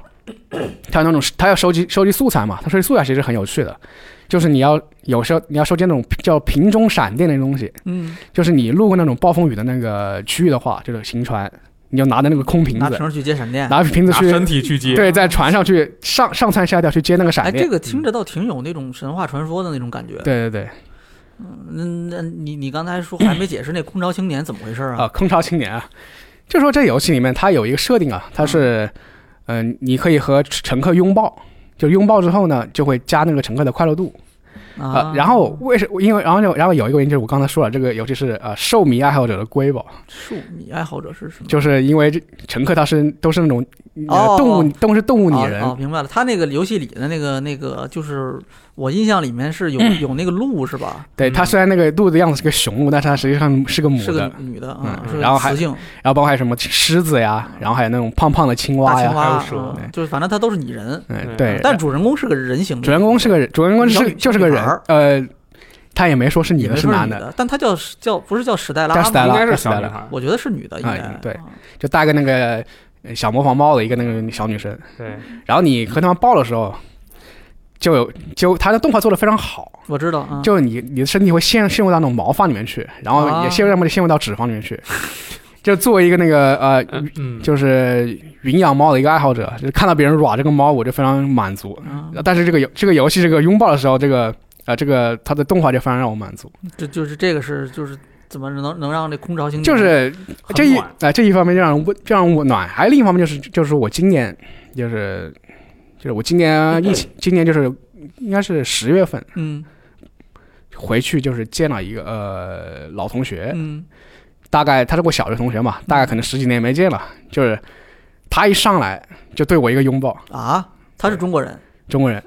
它有那种它要收集收集素材嘛，它收集素材其实很有趣的，就是你要有时候你要收集那种叫瓶中闪电的东西，
嗯，
就是你路过那种暴风雨的那个区域的话，就是行船，你就拿着那个空瓶
嗯拿
子，
绳去接闪电，
拿瓶子
拿身
去。
体去接，
对，在船上去上上蹿下跳去接那个闪
哎，
电。嗯
这个听着倒挺有那种神话传说的那种感觉。
对对对，
嗯，那你你刚才说还没解释那空巢青年怎么回事
啊，
啊？
空巢青年啊，就说这游戏里面它有一个设定啊，它是，嗯、你可以和乘客拥抱，就拥抱之后呢，就会加那个乘客的快乐度啊、
啊，
然后为什因为然后就然后有一个原因就是我刚才说了，这个游戏是呃兽迷爱好者的瑰宝，
树迷爱好者是什么？
就是因为这乘客他是都是那种、
哦
呃、动物动物是动物拟人，
哦哦，明白了，他那个游戏里的那个那个，就是我印象里面是有、
嗯
有那个鹿是吧？
对它
嗯
虽然那个鹿的样子是个雄鹿，但是它实际上是个 母
是个
的，
女的啊，
嗯
是个
然后还
雌性
然后包括还有什么狮子呀，然后还有那种胖胖的青
大
蛙
青
呀，
蛙，
还有蛇
啊就是反正它都是拟人，
嗯
对
对，
但主人公是个人形的，
主人公是个人，主人公是
啊小
个
女
就是个
小女
人
孩儿，
呃，他也没说是女
也没
的
说
是
是
男
女
的，
的，但他叫叫不是叫史黛拉
叫史黛
吗？
拉
应该是小女孩，
我觉得是女的，应该、
嗯对
啊
就戴个那个呃小模仿帽的一个那个小女生。
对，
然后你和他们抱的时候，就有就他的动画做的非常好，
我知道啊，
就你你的身体会陷陷入到那种毛发里面去，然后
啊
也陷入要么就陷入到脂肪里面去。就作为一个那个呃，
嗯嗯，
就是云养猫的一个爱好者，就是看到别人软这个猫，我就非常满足。
啊，
但是这个游这个游戏这个拥抱的时候，这个呃这个它的动画就非常让我满足。
这就是这个是就是怎么能能让这空巢青年
就是
很
这一啊
暖、
这一方面就让人温就让我暖，还有另一方面就是就是我今年就是就是我今年疫情，今年就是应该是十月份
嗯
回去，就是见了一个呃老同学，
嗯
大概他是我小学同学嘛，大概可能十几年没见了，就是他一上来就对我一个拥抱，
啊，他是中国人
中国人，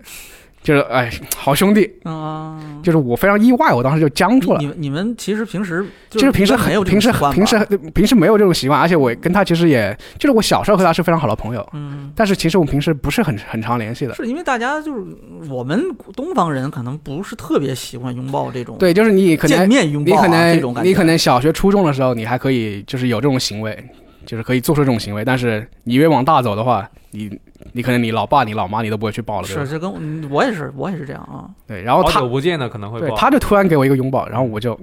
就是哎好兄弟，
啊。
就是我非常意外，我当时就僵住了
你。你你们其实平时就
就是平时
没
很
有这种
平时
习惯吧
平时平时没有这种习惯，而且我跟他其实也就是我小时候和他是非常好的朋友，
嗯，
但是其实我们平时不是很很常联系的。
是因为大家就是我们东方人可能不是特别喜欢拥抱这种
对，就是你可
见
能
面拥
你
抱、啊、
可能
这种感觉，
你可能小学初中的时候，你还可以就是有这种行为，就是可以做出这种行为，但是你越往大走的话，你你可能你老爸你老妈你都不会去抱了，对
是
吧？
这跟我嗯我也是我也是这样啊，
对，然后
好
他
久不见的可能会
对
爆，
他就突然给我一个拥抱，然后我就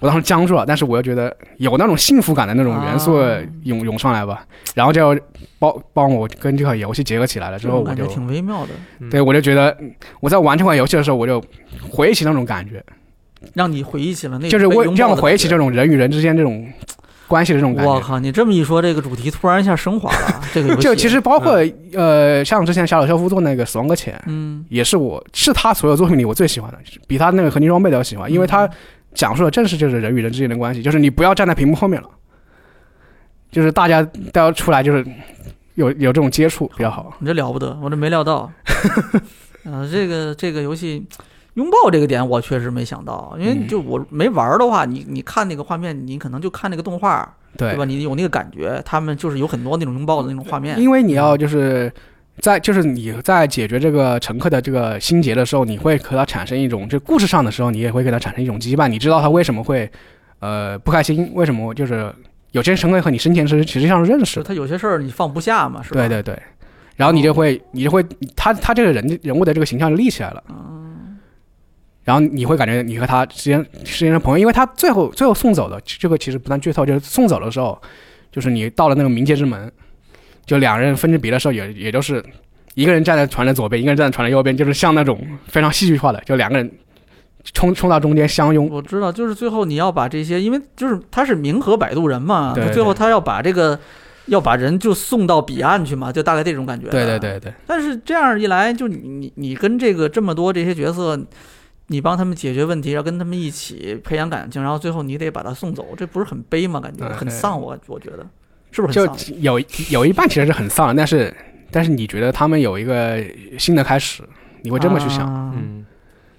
我当时僵住了，但是我又觉得有那种幸福感的那种元素
啊
涌、涌上来吧，然后就帮帮我跟这款游戏结合起来了之
这
后，
种
我
感觉
就
挺微妙的。
嗯
对，我就觉得嗯我在玩这款游戏的时候，我就回忆起那种感觉，
让你回忆起了那个
就是
被
为
拥抱
让我
的
回忆
感
起
觉
这种人与人之间这种关系的这种感
我
觉。
靠，你这么一说，这个主题突然一下升华了。啊这个游戏
就其实包括呃，像之前小岛秀夫做那个《死亡搁浅》，
嗯，
也是我是他所有作品里我最喜欢的，比他那个合金装备都要喜欢，因为
嗯
他讲述的正是就是人与人之间的关系，就是你不要站在屏幕后面了，就是大家都要出来，就是有有这种接触比较好。
你这了不得，我这没料到。 呃，这个这个游戏拥抱这个点，我确实没想到，因为
嗯
就我没玩儿的话，你你看那个画面，你可能就看那个动画，对
对
吧？，你有那个感觉，他们就是有很多那种拥抱的那种画面。
因为你要就是在就是你在解决这个乘客的这个心结的时候，你会和他产生一种就故事上的时候，你也会跟他产生一种羁绊。你知道他为什么会呃不开心，为什么就是有些乘客和你生前是实际上是认识
就
的，
他有些事儿你放不下嘛，是吧？哦
对对对。然后你就会，你就会，他他这个人人物的这个形象就立起来了。
哦
然后你会感觉你和他之间之间的朋友，因为他最后最后送走的这个其实不算剧透，就是送走的时候，就是你到了那个冥界之门，就两人分着别的时候也，也就是一个人站在船的左边，一个人站在船的右边，就是像那种非常戏剧化的，就两个人冲冲到中间相拥。
我知道，就是最后你要把这些，因为就是他是冥河摆渡人嘛，
对
他
对
最后他要把这个要把人就送到彼岸去嘛，就大概这种感觉。
对对。对对，
但是这样一来，就你你你跟这个这么多这些角色，你帮他们解决问题，然后跟他们一起培养感情，然后最后你得把他送走，这不是很悲吗？感觉
嗯
很
对
丧，我我觉得是不是
就
很丧？
有有一半其实是很丧的，但是但是你觉得他们有一个新的开始，你会这么去想。
啊
嗯，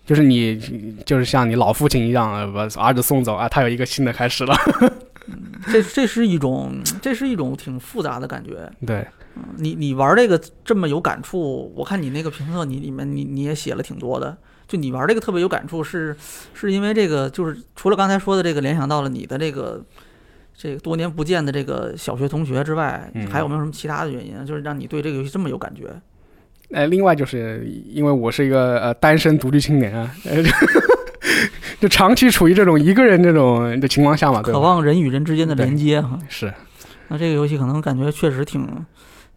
就是你，就是像你老父亲一样，呃把儿子送走啊，他有一个新的开始 了。
这这是一种这是一种挺复杂的感觉。
对，
嗯你你玩这个这么有感触，我看你那个评测你里面你你也写了挺多的。就你玩这个特别有感触是，是因为这个就是除了刚才说的这个联想到了你的这个这个多年不见的这个小学同学之外，
嗯
还有没有什么其他的原因，啊就是让你对这个游戏这么有感觉？
呃，另外就是因为我是一个呃单身独居青年啊， 呃就就长期处于这种一个人这种的情况下嘛，对
渴
吧？
望人与人之间的连接哈。
是，
那这个游戏可能感觉确实挺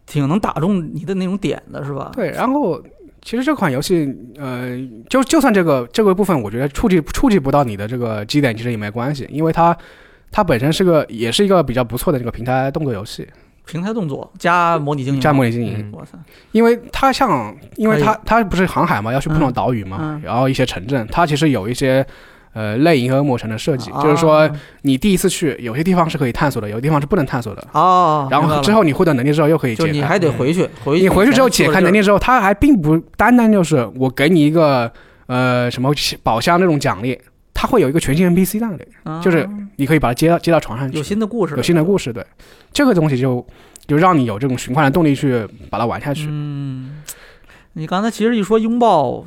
挺能打中你的那种点的，是吧？
对。然后其实这款游戏，呃，就就算这个这个部分，我觉得触及触及不到你的这个基点，其实也没关系，因为它它本身是个也是一个比较不错的这个平台动作游戏，
平台动作加模拟经营，
战模拟经营。
嗯
我操，
因为它像，因为
可以
它它不是航海嘛，要去不
嗯
同的岛屿嘛，
嗯
然后一些城镇，它其实有一些呃类银河模城的设计，就是说
啊
你第一次去，有些地方是可以探索的，有些地方是不能探索的。
哦，
然
明白
后
了
之后你获得能力之后又可以解
就
开，
你还得回去，回去
你回去之后解开能
力，
力之后，它还并不单单就是我给你一个呃什么宝箱那种奖励，它会有一个全新 NPC 在那里，
啊
就是你可以把它接到接到床上去，
有新的故事，
有新的故事，对，这个东西就就让你有这种循环的动力去把它玩下去。
嗯，你刚才其实一说拥抱，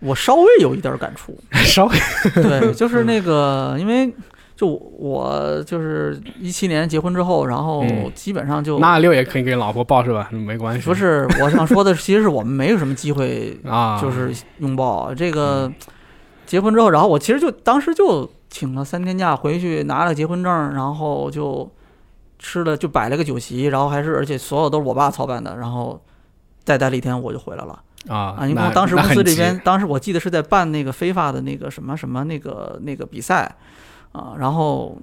我稍微有一点感触。
稍微
对，就是那个，因为就我就是一七年结婚之后，然后
嗯
基本上就、
那六也可以给老婆抱是吧？没关系。
不是我想说的，其实是我们没有什么机会
啊，嗯
就是拥抱这个结婚之后，然后我其实就当时就请了三天假回去拿了结婚证，然后就吃了就摆了个酒席，然后还是而且所有都是我爸操办的，然后再待了一天我就回来了
啊
啊，因为
那
我当时
那
公司
很
这
急
边当时我记得是在办那个非法的那个什么什么那个那个比赛啊，然后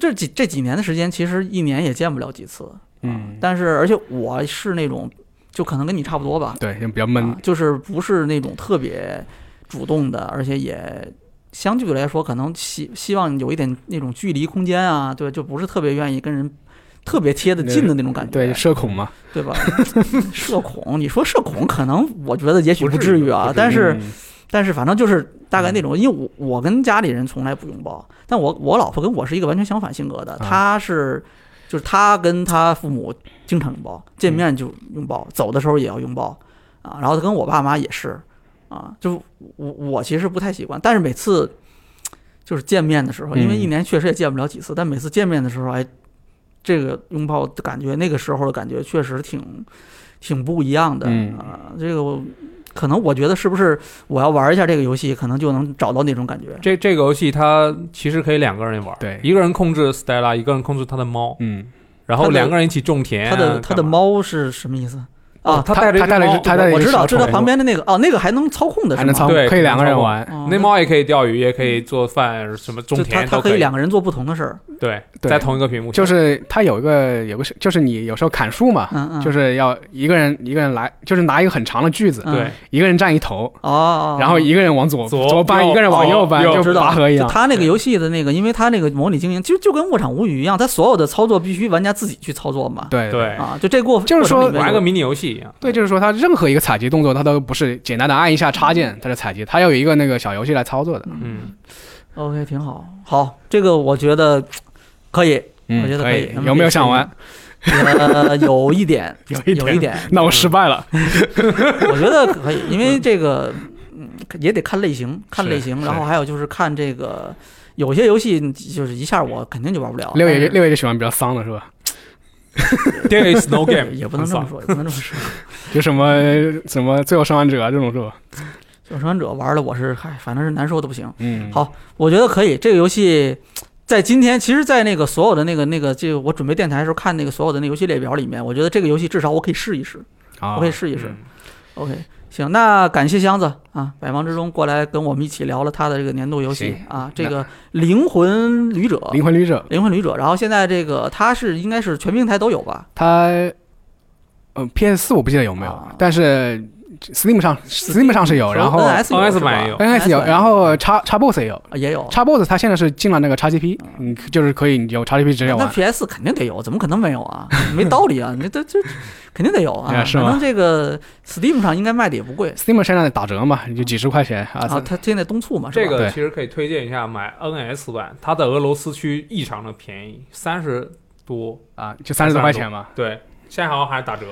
这几这几年的时间其实一年也见不了几次，啊
嗯，
但是而且我是那种就可能跟你差不多吧，
对，就比较闷
啊，就是不是那种特别主动的，而且也相对来说可能希希望有一点那种距离空间啊，对，就不是特别愿意跟人特别贴得近的那种感觉，
对，社恐嘛，
对吧？ 社恐，你说社恐，可能我觉得也许不至于啊，
不至于
但是、
嗯
但是反正就是大概那种，因为我我跟家里人从来不拥抱，但我我老婆跟我是一个完全相反性格的，
啊
她是就是她跟她父母经常拥抱，见面就拥抱，
嗯
走的时候也要拥抱啊，然后她跟我爸妈也是啊，就我我其实不太习惯，但是每次就是见面的时候，因为
嗯
一年确实也见不了几次，但每次见面的时候，哎，这个拥抱的感觉，那个时候的感觉确实挺挺不一样的
嗯
啊、这个我可能我觉得是不是我要玩一下这个游戏，可能就能找到那种感觉。
这这个游戏它其实可以两个人玩，
对
一个人控制 Stella，一个人控制他的猫，
嗯，
它
然后
的
两个人一起种田，啊
他的他的
哎干嘛，
猫是什么意思？啊，
他
他
带着一
他带了一只
猫
他带了一
我
只
知
小
道，知道
宠物
旁边的那个哦，那个还能操控的
还
是
能
吗？
操，
对
可以两个人
能操
玩。
哦
那猫也可以钓鱼，也可以做饭，什么种
就它
田
它
都
可以
以
两。个人做不同的事儿，
对，
对
在同一个屏幕上，
就是它有一个有个是，就是你有时候砍树嘛，
嗯嗯，
啊就是是要一个人一个人来，就是拿一个很长的锯子，
嗯
对
一个人占一头，
哦哦，
然后一个人往左
左
左搬，
右
一个人往右搬，
哦
我
就
知道
拔河一
就
样。
它那个游戏的那个，因为它那个模拟经营，其实就跟《卧场无语》一样，它所有的操作必须玩家自己去操作嘛。
对
对，
啊，就这过
就是说
过程里面
玩个迷你游戏一样。
对，就是说它任何一个采集动作，它都不是简单的按一下插件它是采集，它要有一个那个小游戏来操作的。
嗯，
OK 挺好，好，这个我觉得可以，我觉得
嗯，
可
可
以
以。咱们
有
这
没有
次
想玩？
呃，有一点，
有一
有一
点，
点，
那我失败了。
嗯 我觉得可以，因为这个，嗯，也得看类型，看
是
类型，然
是
后还有就是看这个，有些游戏就是一下我肯定就玩不了。
六爷
但
就是六爷就喜欢比较丧的是吧？
There is no game，
也不能这么说，也不能这么说。
就什么什么最后生还者啊这种是吧？
有生还者玩的我是，嗨，反正是难受的不行。
嗯
好我觉得可以，这个游戏在今天，其实，在那个所有的那个那个，这个我准备电台的时候看那个所有的那个游戏列表里面，我觉得这个游戏至少我可以试一试，
啊
我可以试一
也
试。OK，行，那感谢箱子啊，百忙之中过来跟我们一起聊了他的这个年度游戏
行
啊，这个《灵魂旅者》
灵魂旅者，
灵魂旅者，然后现在这个它是应该是全平台都有吧？
它嗯 PS 四我不记得有没有
啊，嗯
但是 Steam 上 Steam 上是有，哦然后
NS
NS
是吧
版也有
NS 有，然后叉叉 box 也有，
啊也有，
叉 box 它现在是进了那个叉 GP，嗯，就是可以你有叉啊 GP 直接
那
玩。
PS 肯定得有，怎么可能没有啊？没道理 啊！你这这肯定得有啊！
哎呀是吗
反正这个 Steam 上应该卖的也不贵
Steam 现在打折嘛，你就几十块钱
啊，
啊，
它现在东促嘛，是
这
吧？
个
对
其实可以推荐一下买 NS 版，它的俄罗斯区异常的便宜，三十多，
啊，就三十多块钱嘛。
对，现在好像还打折。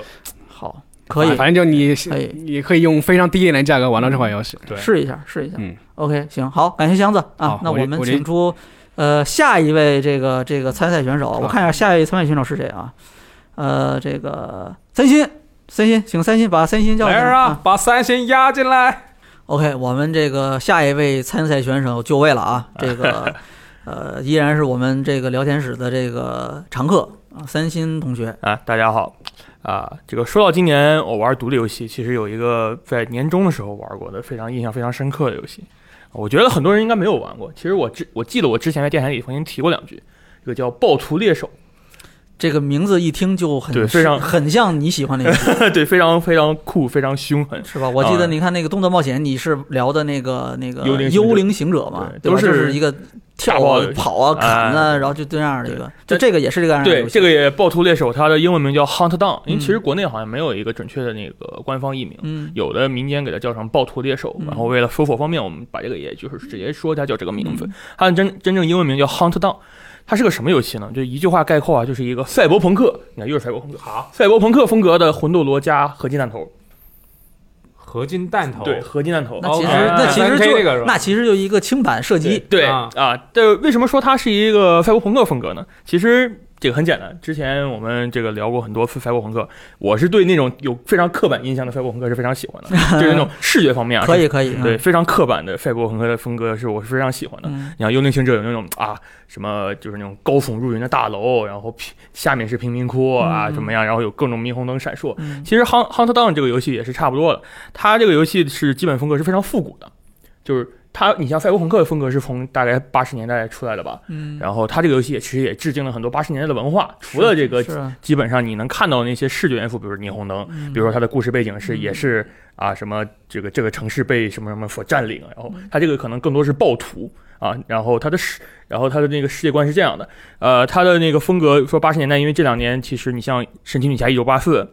好，可以
反正就你
可以
你可以用非常低廉的价格玩到这款游戏。
对
试一下，试一下。
嗯
OK，行，好，感谢箱子啊
好。
那
我这
们
我这
请出呃下一位这个这个参赛选手，我看一下下一位参赛选手是谁啊？呃，这个三星，三星，请三星把三星叫上
来人啊，把三星压 进来。
OK，我们这个下一位参赛选手就位了啊，这个呃依然是我们这个聊天室的这个常客啊，三星同学。
啊，大家好，啊，这个说到今年我玩独立游戏，其实有一个在年终的时候玩过的非常印象非常深刻的游戏，我觉得很多人应该没有玩过。其实我之我记得我之前在电台里曾经提过两句，这个叫《暴徒猎手
这个名字一听就很
对非常
很像你喜欢的游戏，》，
对，非常非常酷，非常凶狠，
是吧？我记得
啊
你看那个《动作冒险》，你是聊的那个那个
幽灵行者
幽灵行者嘛，
对
对吧？
都是
就是一个
大
跳啊
爆的、
跑啊、砍啊，然后就这样的一个，就
对
这个也是这个样的
对，
游戏
这个也《暴徒猎手》，它的英文名叫 Hunt Down，因为其实
嗯
国内好像没有一个准确的那个官方译名，
嗯
有的民间给它叫成暴徒猎手，
嗯
然后为了搜索方便，我们把这个也就是直接说它叫这个名字。它的真真正英文名叫 Hunt Down，它是个什么游戏呢？就一句话概括啊，就是一个赛博朋克，你看又是赛博朋克，
好，
赛博朋克风格的魂斗罗加合金弹头，
合金弹头，
对，合金弹头。
哦
啊
那其实、
哦
那其实
3K 这个
就
是吧
那其实就一个轻版射击，
对
啊
啊，但为什么说它是一个赛博朋克风格呢？其实这个很简单，之前我们这个聊过很多次赛博朋克，我是对那种有非常刻板印象的赛博朋克是非常喜欢 的，就是那种视觉方面啊，
可
是
以可以，
对，非常刻板的赛博朋克的风格是我是非常喜欢的。
嗯嗯，
你像《幽灵行者》有那种啊，什么就是那种高耸入云的大楼，然后平下面是贫民窟啊，
嗯
怎么样，然后有各种霓虹灯闪烁。
嗯
其实《Hunt Hunt Down》这个游戏也是差不多的，它这个游戏是基本风格是非常复古的，就是它，你像赛博朋克的风格是从大概八十年代出来的吧，
嗯，
然后它这个游戏也其实也致敬了很多八十年代的文化，除了这个
是啊
基本上你能看到那些视觉元素，比如霓虹灯，
嗯
比如说它的故事背景是
嗯
也是啊什么这个这个城市被什么什么所占领，然后
嗯
它这个可能更多是暴徒啊，然后它的世，然后它的那个世界观是这样的，呃，它的那个风格说八十年代，因为这两年其实你像《神奇女侠一九八四》，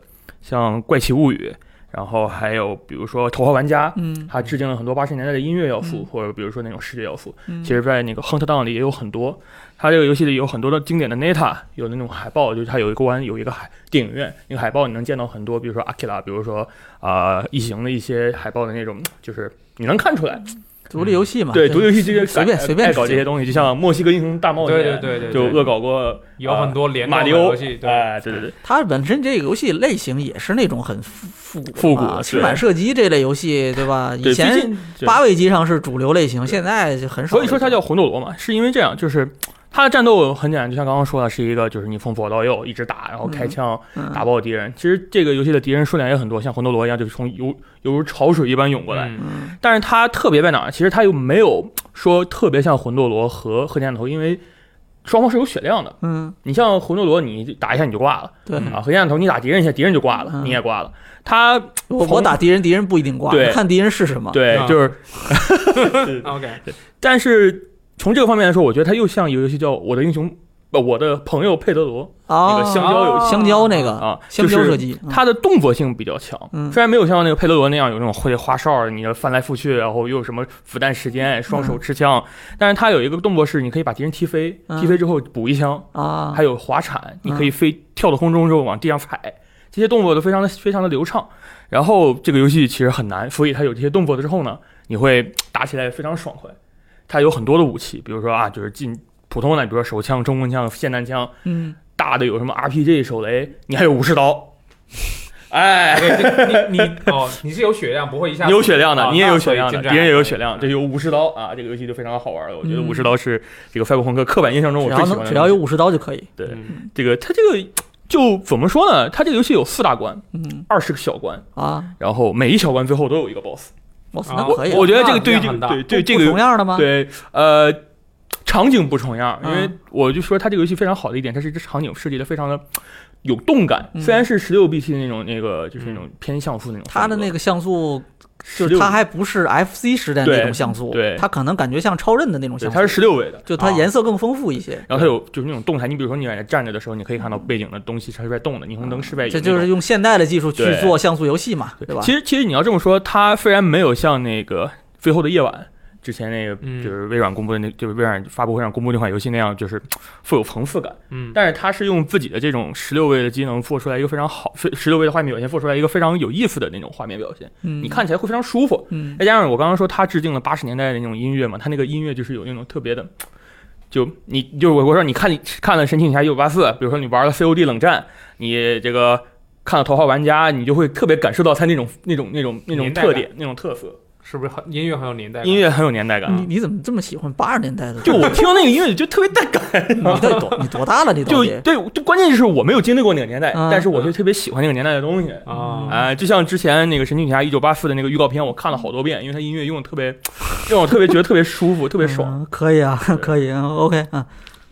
像《怪奇物语》，然后还有比如说《头号玩家》。
嗯，
它致敬了很多八十年代的音乐要素，
嗯
或者比如说那种视觉要素。
嗯
其实，在那个《Hunt Down》里也有很多，它这个游戏里有很多的经典的 Neta，有那种海报，就是它有一个关有一个海电影院，那个海报你能见到很多，比如说《Akira》，比如说啊、呃异形》的一些海报的那种，就是你能看出来，
独立游戏嘛，
嗯对，独立游戏这些
啊随便随便
爱搞这些东西，就像《墨西哥英雄大冒险》
对对对对，
就
对
恶搞过
有很多联动
马
的
里奥
游戏，，对，
哎，对对对，
它本身这个游戏类型也是那种很复复古的
复古
嘛
对
赤坂射击这类游戏，对吧？以
对，最
前
近对
八位机上是主流类型，现在就很少。
所以说它叫魂斗罗嘛，是因为这样，就是它的战斗很简单，就像刚刚说的，是一个就是你从左到右一直打，然后开枪
嗯
打爆敌人。其实这个游戏的敌人数量也很多，像魂斗罗一样，就是从犹犹如潮水一般涌过来。
嗯
嗯
但是它特别在哪儿？其实它又没有说特别像魂斗罗和核弹头，因为双方是有血量的。
嗯，
你像魂斗罗，你打一下你就挂了
对，
啊；核弹头你打敌人一下，敌人就挂了，
嗯
你也挂了。它
我我
从
打敌人，敌人不一定挂，
对
看敌人是什么。
对
啊
就是，
OK，
但是从这个方面来说，我觉得它又像一个游戏叫《我的英雄》，呃，我的朋友佩德罗。
啊，
那个香蕉游戏
香蕉那个
啊
香蕉
就是
射击，嗯
它的动作性比较强，
嗯
虽然没有像那个佩德罗那样有那种会花哨，你翻来覆去，然后又有什么子弹时间、双手持枪，但是它有一个动作是你可以把敌人踢飞，
嗯
踢飞之后补一枪，
啊，
还有滑铲，你可以飞跳到空中之后往地上踩，这些动作都非常的非常的流畅。然后这个游戏其实很难，所以它有这些动作之后呢，你会打起来非常爽快。它有很多的武器，比如说啊，就是进普通的，比如说手枪、中棍枪、霰弹枪，
嗯，
大的有什么 RPG 手雷，你还有武士刀，哎，
对，你你哦，你是有血量，不会一下
你有血量的，
啊
你也有
那
血
所以
量
竞
的，
争
敌人也有
还
血量，这有武士刀啊，这个游戏就非常好玩了。我觉得
嗯
武士刀是这个赛博朋克刻板印象中
只
我
要
最喜欢
能
的。
只要有武士刀就可以。
对
嗯
这个，它这个就怎么说呢？它这个游戏有四大关，
嗯
二十个小关，
啊，
然后每一小关最后都有一个 BOSS。
我操，
啊
那
我
可以啊，
我觉得这
那
个对于这
量很
个
大
对对
不
这
同
个
样的吗？
对呃场景不重样，因
嗯
为我就说它这个游戏非常好的一点，它是这场景设计的非常的。有动感，
嗯
虽然是十六 BT 的那种，那个就是那种偏像素那种风格。
它的那个像素，就
16
是它还不是 FC 时代那
对
种像素，
对
它可能感觉像超任的那种
对，
像
它是
素，
十六位的，
就它
啊
颜色更丰富一些。
然后它有就是那种动态，你比如说你在那站着的时候，你可以看到背景的东西它是在动的，霓虹灯是在有
这
那种
就是用现代的技术去
对
做像素游戏嘛，对吧
其？实其实你要这么说，它虽然没有像那个《最后的夜晚》之前那个
嗯
就是微软公布的那，就是微软发布会上公布那款游戏那样，就是富有层次感，
嗯，
但是它是用自己的这种十六位的机能做出来一个非常好，十六位的画面表现做出来一个非常有意思的那种画面表现，
嗯，
你看，起来会非常舒服。
嗯
再加上我刚刚说他致敬了八十年代的那种音乐嘛，他那个音乐就是有那种特别的，就你就是我我说你看你看了《神奇女侠一九八四》，比如说你玩了 COD 冷战，你这个看了《头号玩家》，你就会特别感受到它那种那种那种那种
年代感
特点、那种特色，
是不是很音乐很有年代感？
音乐很有年代感。
你你怎么这么喜欢八十年代的？
啊就我听到那个音乐就特别带感，
你到多你多大了？你到
就
底
对，就关键就是我没有经历过那个年代，
啊
但是我就特别喜欢那个年代的东西。
啊，
啊、就像之前那个《神奇女侠一九八四》的那个预告片，我看了好多遍，因为它音乐用的特别，让我特别觉得特别舒服，特别爽。
嗯可以啊，可以嗯，OK 啊，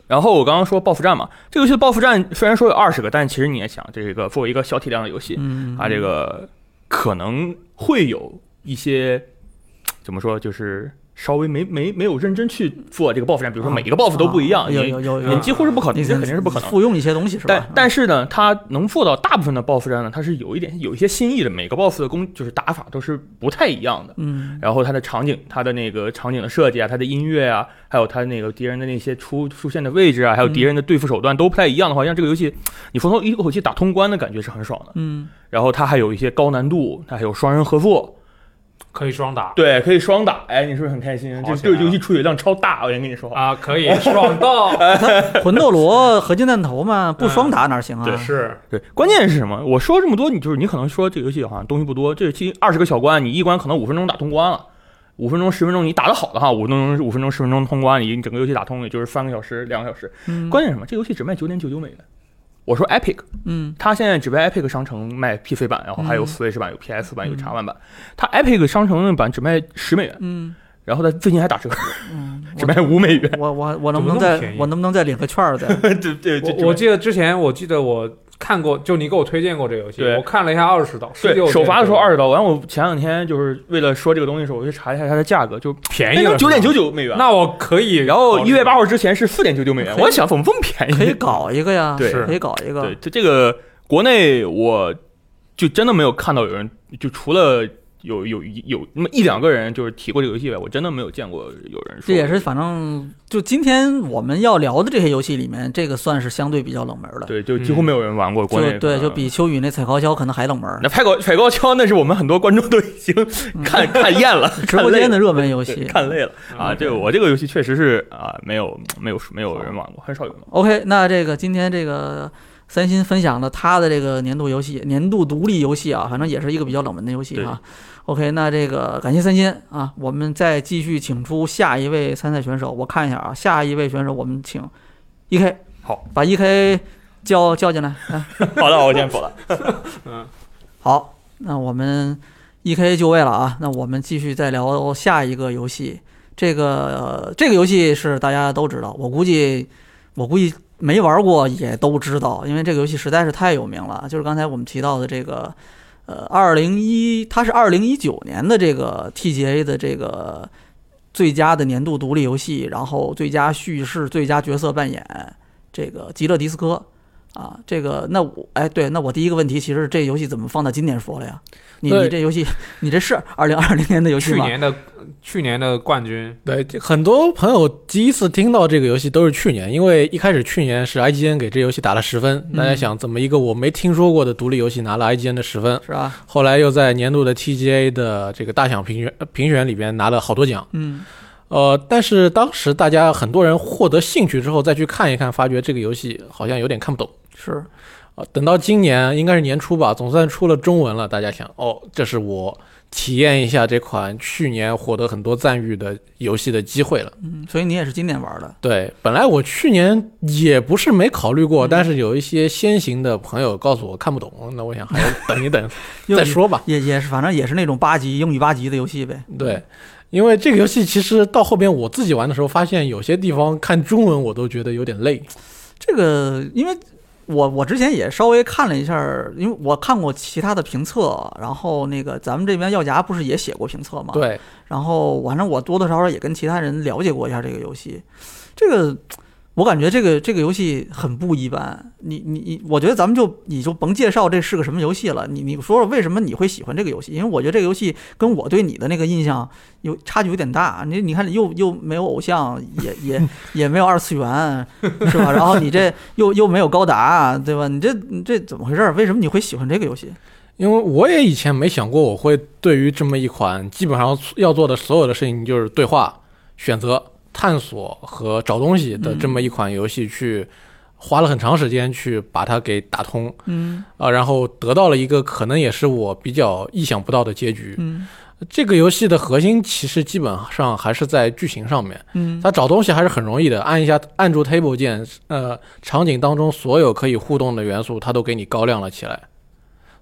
然后我刚刚说报复战嘛，这个游戏的报复战虽然说有二十个，但其实你也想，这个作为一个小体量的游戏，
嗯，
它这个可能会有一些怎么说，就是稍微没没没有认真去做这个报复战，比如说每一个 BOSS 都不一样，
啊
你
有有有
你
有，
几乎是不可能，
你
这肯定是不可能。
复用一些东西是吧？啊
但但是呢，它能做到大部分的报复战呢，它是有一点有一些新意的，每个 BOSS 的攻就是打法都是不太一样的。
嗯
然后它的场景、它的那个场景的设计啊、它的音乐啊，还有它那个敌人的那些出出现的位置啊，还有敌人的对付手段都不太一样的话，让这个游戏你从头一口气打通关的感觉是很爽的。
嗯
然后它还有一些高难度，它还有双人合作，
可以双打
对，可以双打，哎，你是不是很开心？
好
这
起
这
来了
个游戏出血量超大，我先跟你说。
啊，可以双到，
魂斗罗合金弹头嘛，不双打哪行啊？
嗯对
是
对，关键是什么？我说这么多，你就是你可能说这个游戏好像东西不多，这期二十个小关，你一关可能五分钟打通关了。五分钟、十分钟，你打得好的话，五分钟、五分钟、十分钟通关，你整个游戏打通也就是三个小时、两个小时。
嗯
关键是什么？这游戏只卖九点九九美元。我说 Epic，
嗯
它现在只在 Epic 商城卖 PC 版，然后还有
嗯
Switch 版、有 PS 版、有
嗯
X One 版。它 Epic 商城的版只卖十美元，
嗯
然后它最近还打折，
嗯，
只卖五美元。
我我我能不
怎么那么
能再
便宜
我能不能再领个券儿再？
对对，这
我我记得之前我记得我看过，就你给我推荐过这游戏，
对
我看了一下二十刀，
对
16
首发的时候二十刀，然后我前两天就是为了说这个东西的时候，我去查一下它的价格，就
便宜
那
了，
九点九
是
九美
吧，
元。
那我可以。
然后一月八
号，
号之前是四点九九美元，
可以
我想怎么这么便宜？
可以搞一个呀，
对
是
可以搞一个
对，，这这个国内我就真的没有看到有人，就除了有有有那么一两个人就是提过这个游戏以外，我真的没有见过有人说。
这也是反正就今天我们要聊的这些游戏里面，这个算是相对比较冷门的，
对，就几乎
嗯
没有人玩过国内可
就
能。
对，就比秋雨那踩高跷可能还冷门。
那踩高踩高跷，那是我们很多观众都已经看看厌了，
嗯直播间的热门游
看累了
戏
对。 看累了啊！
嗯
这个我这个游戏确实是啊，没有没有没有人玩过，很少有人玩过。
OK，那这个今天这个三星分享了他的这个年度游戏、年度独立游戏啊，反正也是一个比较冷门的游戏啊。OK，那这个感谢三星啊，我们再继续请出下一位参赛选手，我看一下啊，下一位选手我们请 E K，
好，
把 E K 叫叫进来。哎，
好了，我先走了。
好，那我们 E K 就位了啊。那我们继续再聊下一个游戏。这个、呃这个游戏是大家都知道，我估计我估计没玩过也都知道，因为这个游戏实在是太有名了。就是刚才我们提到的这个，呃，二零一，它是二零一九年的这个 TGA 的这个最佳的年度独立游戏，然后最佳叙事、最佳角色扮演，这个《极乐迪斯科》。啊，这个那我哎对，那我第一个问题其实这游戏怎么放到今年说了呀？你
对
你这游戏，你这是二零二零年的游戏
去
吗？
年的去年的冠军，
对，这很多朋友第一次听到这个游戏都是去年，因为一开始去年是 IGN 给这游戏打了十分，
嗯
大家想怎么一个我没听说过的独立游戏拿了 IGN 的十分，
是吧？
后来又在年度的 TGA 的这个大奖评选呃评选里边拿了好多奖。
嗯
呃，但是当时大家很多人获得兴趣之后再去看一看，发觉这个游戏好像有点看不懂。
是，
啊，等到今年应该是年初吧，总算出了中文了。大家想，哦，这是我体验一下这款去年获得很多赞誉的游戏的机会了。
嗯，所以你也是今年玩的，
对，本来我去年也不是没考虑过，
嗯
但是有一些先行的朋友告诉我看不懂，那我想还是等一等
又
再说吧。
也也是，反正也是那种八级英语八级的游戏呗。
对，因为这个游戏其实到后边我自己玩的时候，发现有些地方看中文我都觉得有点累。
这个，因为我我之前也稍微看了一下儿，因为我看过其他的评测，然后那个咱们这边药夹不是也写过评测吗？。
对，
然后反正我多多少少也跟其他人了解过一下这个游戏，这个我感觉这个这个游戏很不一般。你你你，我觉得咱们就你就甭介绍这是个什么游戏了，你你说说为什么你会喜欢这个游戏？因为我觉得这个游戏跟我对你的那个印象有差距有点大。你你看又又没有偶像，也也也没有二次元，是吧？然后你这又又没有高达，对吧？你这你这怎么回事儿？为什么你会喜欢这个游戏？
因为我也以前没想过我会对于这么一款基本上要做的所有的事情就是对话、选择、探索和找东西的这么一款游戏去花了很长时间去把它给打通
嗯
啊、然后得到了一个可能也是我比较意想不到的结局。
嗯
这个游戏的核心其实基本上还是在剧情上面。
嗯
它找东西还是很容易的，按一下按住 Table 键，呃，场景当中所有可以互动的元素，它都给你高亮了起来，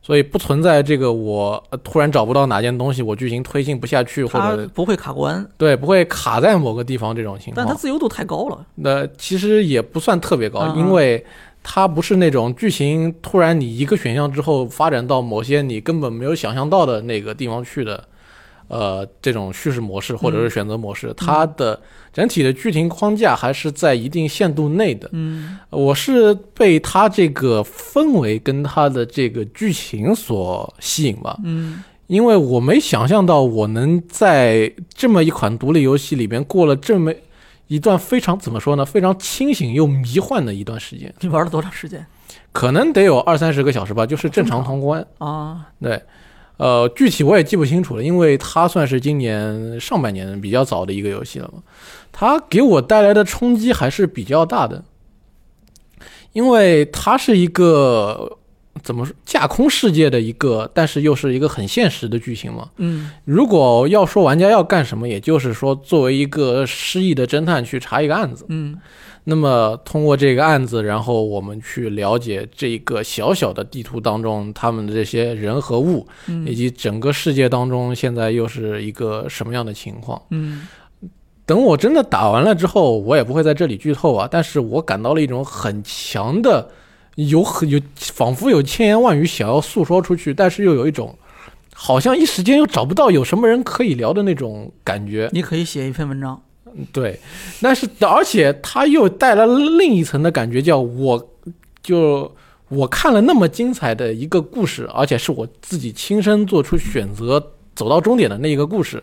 所以不存在这个我、呃突然找不到哪件东西，我剧情推进不下去，或
它
者
不会卡关，
对不会卡在某个地方这种情
但它
况。
自由度太高了。
那其实也不算特别高，
嗯嗯
因为它不是那种剧情突然你一个选项之后发展到某些你根本没有想象到的那个地方去的，呃，这种叙事模式或者
嗯
是选择模式，它的整体的剧情框架还是在一定限度内的。
嗯
我是被它这个氛围跟它的这个剧情所吸引吧，
嗯
因为我没想象到我能在这么一款独立游戏里边过了这么一段非常怎么说呢，非常清醒又迷幻的一段时间，
你玩了多长时间
可能得有二三十个小时吧，就是正常通关。
啊？
对，呃，具体我也记不清楚了，因为它算是今年上半年比较早的一个游戏了嘛，它给我带来的冲击还是比较大的，因为它是一个怎么说架空世界的一个，但是又是一个很现实的剧情嘛。
嗯
如果要说玩家要干什么，也就是说，作为一个失忆的侦探去查一个案子，
嗯
那么通过这个案子，然后我们去了解这一个小小的地图当中他们的这些人和物，
嗯
以及整个世界当中现在又是一个什么样的情况。
嗯
等我真的打完了之后，我也不会在这里剧透啊，但是我感到了一种很强的，有很有仿佛有千言万语想要诉说出去，但是又有一种好像一时间又找不到有什么人可以聊的那种感觉。
你可以写一篇文章。
对，但是而且它又带来了另一层的感觉，叫我就我看了那么精彩的一个故事，而且是我自己亲身做出选择走到终点的那一个故事，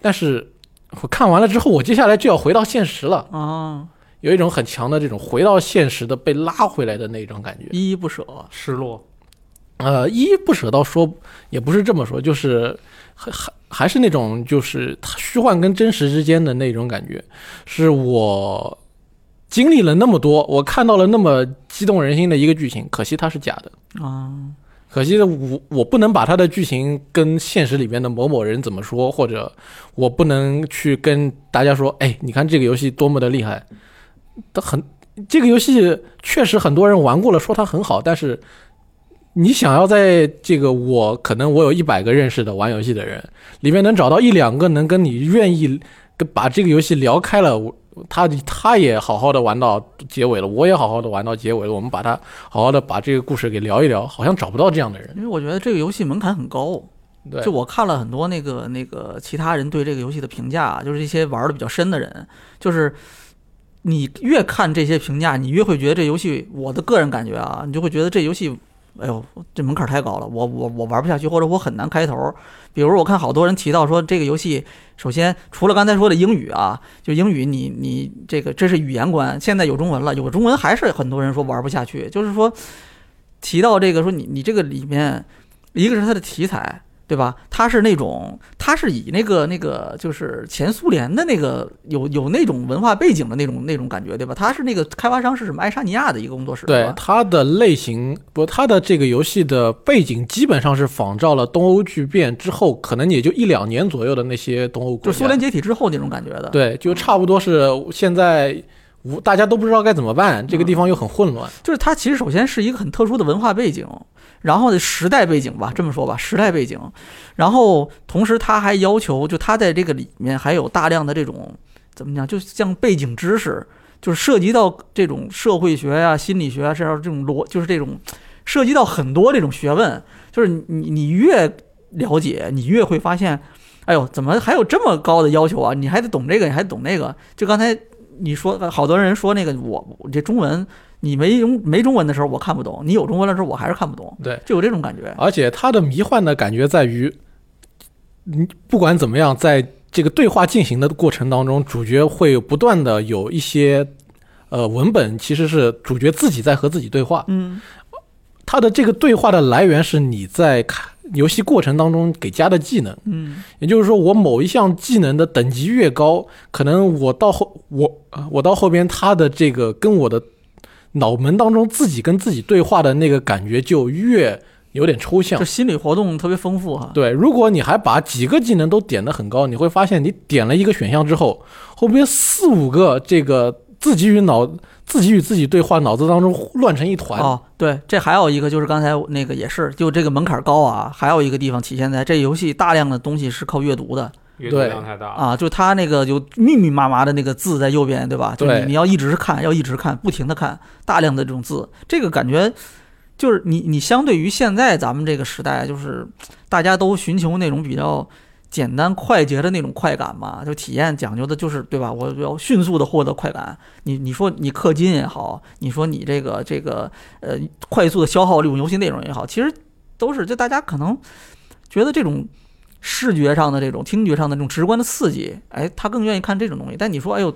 但是我看完了之后，我接下来就要回到现实了，
啊，
有一种很强的这种回到现实的被拉回来的那种感觉。
依依不舍。啊
失落，
呃，依依不舍到说也不是这么说，就是还还还是那种就是它虚幻跟真实之间的那种感觉，是我经历了那么多，我看到了那么激动人心的一个剧情，可惜它是假的，
啊，
可惜我我不能把它的剧情跟现实里面的某某人怎么说，或者我不能去跟大家说，哎，你看这个游戏多么的厉害，它很这个游戏确实很多人玩过了，说它很好，但是你想要在这个我可能我有一百个认识的玩游戏的人里面能找到一两个能跟你愿意跟把这个游戏聊开了，我他他也好好的玩到结尾了，我也好好的玩到结尾了，我们把它好好的把这个故事给聊一聊，好像找不到这样的人。
因为我觉得这个游戏门槛很高。
对，
就我看了很多那个那个其他人对这个游戏的评价啊，就是一些玩的比较深的人，就是你越看这些评价，你越会觉得这游戏，我的个人感觉啊，你就会觉得这游戏，哎呦，这门槛太高了，我我我玩不下去，或者我很难开头。比如我看好多人提到说，这个游戏首先除了刚才说的英语啊，就英语你你这个这是语言关，现在有中文了，有中文还是很多人说玩不下去，就是说提到这个说你你这个里面，一个是它的题材。对吧？它是那种，它是以那个那个，就是前苏联的那个有有那种文化背景的那种那种感觉，对吧？它是那个开发商是什么？爱沙尼亚的一个工作室，
对
吧
它的类型，不，它的这个游戏的背景基本上是仿照了东欧巨变之后，可能也就一两年左右的那些东欧国
就
家，
苏联解体之后那种感觉的。，
对，就差不多是现在无大家都不知道该怎么
嗯
办，这个地方又很混乱，
就是它其实首先是一个很特殊的文化背景，然后呢时代背景吧，这么说吧，时代背景。然后同时它还要求，就它在这个里面还有大量的这种怎么讲，就像背景知识，就是涉及到这种社会学呀、心理学啊，这样这种逻，就是这种涉及到很多这种学问。就是你你你越了解，你越会发现，哎呦，怎么还有这么高的要求啊？你还得懂这个，你还得懂那个。就刚才你说，好多人说那个我我这中文。你没中没中文的时候我看不懂，你有中文的时候我还是看不懂，
对，啊
就有这种感觉。
而且它的迷幻的感觉在于，嗯，不管怎么样，在这个对话进行的过程当中，主角会不断的有一些。呃，文本其实是主角自己在和自己对话，
嗯，
它的这个对话的来源是你在看游戏过程当中给加的技能，
嗯，
也就是说，我某一项技能的等级越高，可能我到后我啊我到后边它的这个跟我的脑门当中自己跟自己对话的那个感觉就越有点抽象
就。心理活动特别丰富哈。
对，如果你还把几个技能都点得很高，你会发现你点了一个选项之后，后边四五个这个自己与脑自己与自己对话，脑子当中乱成一团。
哦，对，这还有一个就是刚才我那个也是，就这个门槛高啊，还有一个地方体现在这游戏大量的东西是靠阅读的
阅读
对
量太大了。
啊，就它那个有密密麻麻的那个字在右边，对吧？就你
对
你要一直看，要一直看，不停的看大量的这种字，这个感觉就是你你相对于现在咱们这个时代，就是大家都寻求那种比较。简单快捷的那种快感嘛，就体验讲究的就是对吧？我要迅速的获得快感。你你说你氪金也好，你说你这个这个呃快速的消耗这种游戏内容也好，其实都是就大家可能觉得这种视觉上的这种、听觉上的这种直观的刺激，哎，他更愿意看这种东西。但你说，哎呦，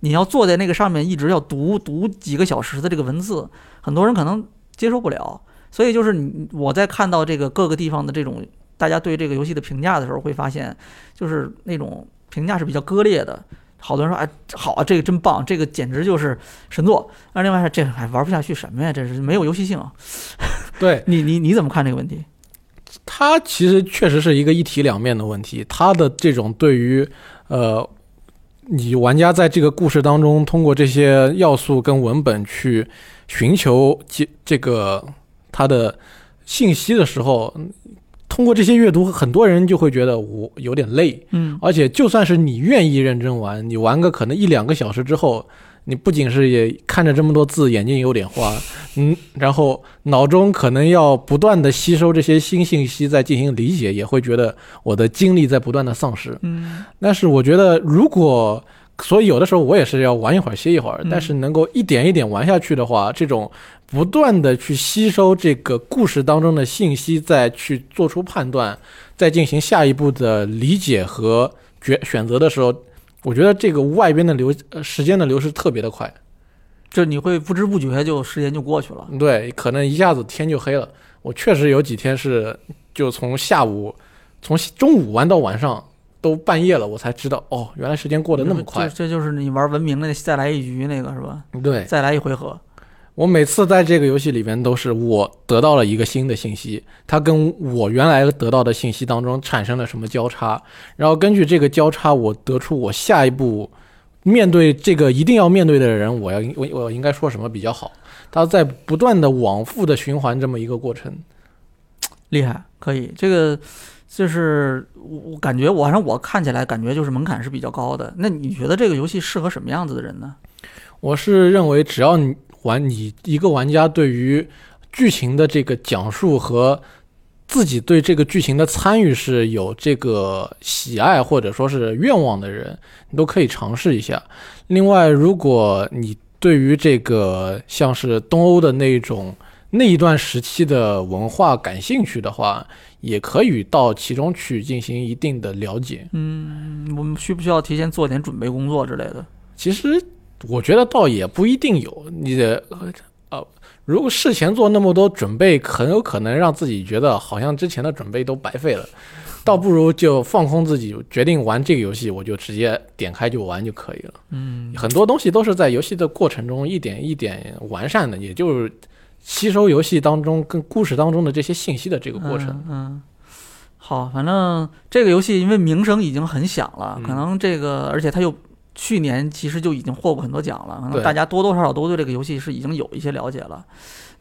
你要坐在那个上面一直要读读几个小时的这个文字，很多人可能接受不了。所以就是你我在看到这个各个地方的这种大家对这个游戏的评价的时候，会发现就是那种评价是比较割裂的。好多人说，哎，好啊，这个真棒，这个简直就是神作。那另外说，这还、哎、玩不下去什么呀？这是没有游戏性。
对，
你你你怎么看这个问题？
它其实确实是一个一体两面的问题。它的这种对于呃，你玩家在这个故事当中，通过这些要素跟文本去寻求这这个它的信息的时候，嗯通过这些阅读，很多人就会觉得我有点累。
嗯，
而且就算是你愿意认真玩，你玩个可能一两个小时之后，你不仅是也看着这么多字，眼睛有点花，嗯， 然后脑中可能要不断的吸收这些新信息，再进行理解，也会觉得我的精力在不断的丧失。
嗯，
但是我觉得，如果所以有的时候我也是要玩一会儿歇一会儿，
嗯
但是能够一点一点玩下去的话，这种不断的去吸收这个故事当中的信息，再去做出判断，再进行下一步的理解和决选择的时候，我觉得这个外边的流呃时间的流逝特别的快。
就你会不知不觉就时间就过去了。
对，可能一下子天就黑了。我确实有几天是就从下午从中午玩到晚上。都半夜了，我才知道哦，原来时间过得那么快
这。这就是你玩文明的那再来一局那个嗯是吧？
对，
再来一回合。
我每次在这个游戏里面都是我得到了一个新的信息，它跟我原来得到的信息当中产生了什么交叉，然后根据这个交叉，我得出我下一步面对这个一定要面对的人，我要我我应该说什么比较好？他在不断的往复的循环这么一个过程。
厉害，可以。这个就是我我感觉我，反正我看起来感觉就是门槛是比较高的。那你觉得这个游戏适合什么样子的人呢？
我是认为，只要你玩你一个玩家对于剧情的这个讲述和自己对这个剧情的参与是有这个喜爱或者说是愿望的人，你都可以尝试一下。另外，如果你对于这个像是东欧的那种那一段时期的文化感兴趣的话，也可以到其中去进行一定的了解。
嗯，我们需不需要提前做点准备工作之类的？
其实我觉得倒也不一定有你的呃，如果事前做那么多准备，很有可能让自己觉得好像之前的准备都白费了，倒不如就放空自己，决定玩这个游戏，我就直接点开就玩就可以了。
嗯，
很多东西都是在游戏的过程中一点一点完善的，也就是吸收游戏当中跟故事当中的这些信息的这个过程。
嗯。嗯好，反正这个游戏因为名声已经很响了，
嗯
可能这个，而且它又去年其实就已经获过很多奖了，可能
对
大家多多少少都对这个游戏是已经有一些了解了。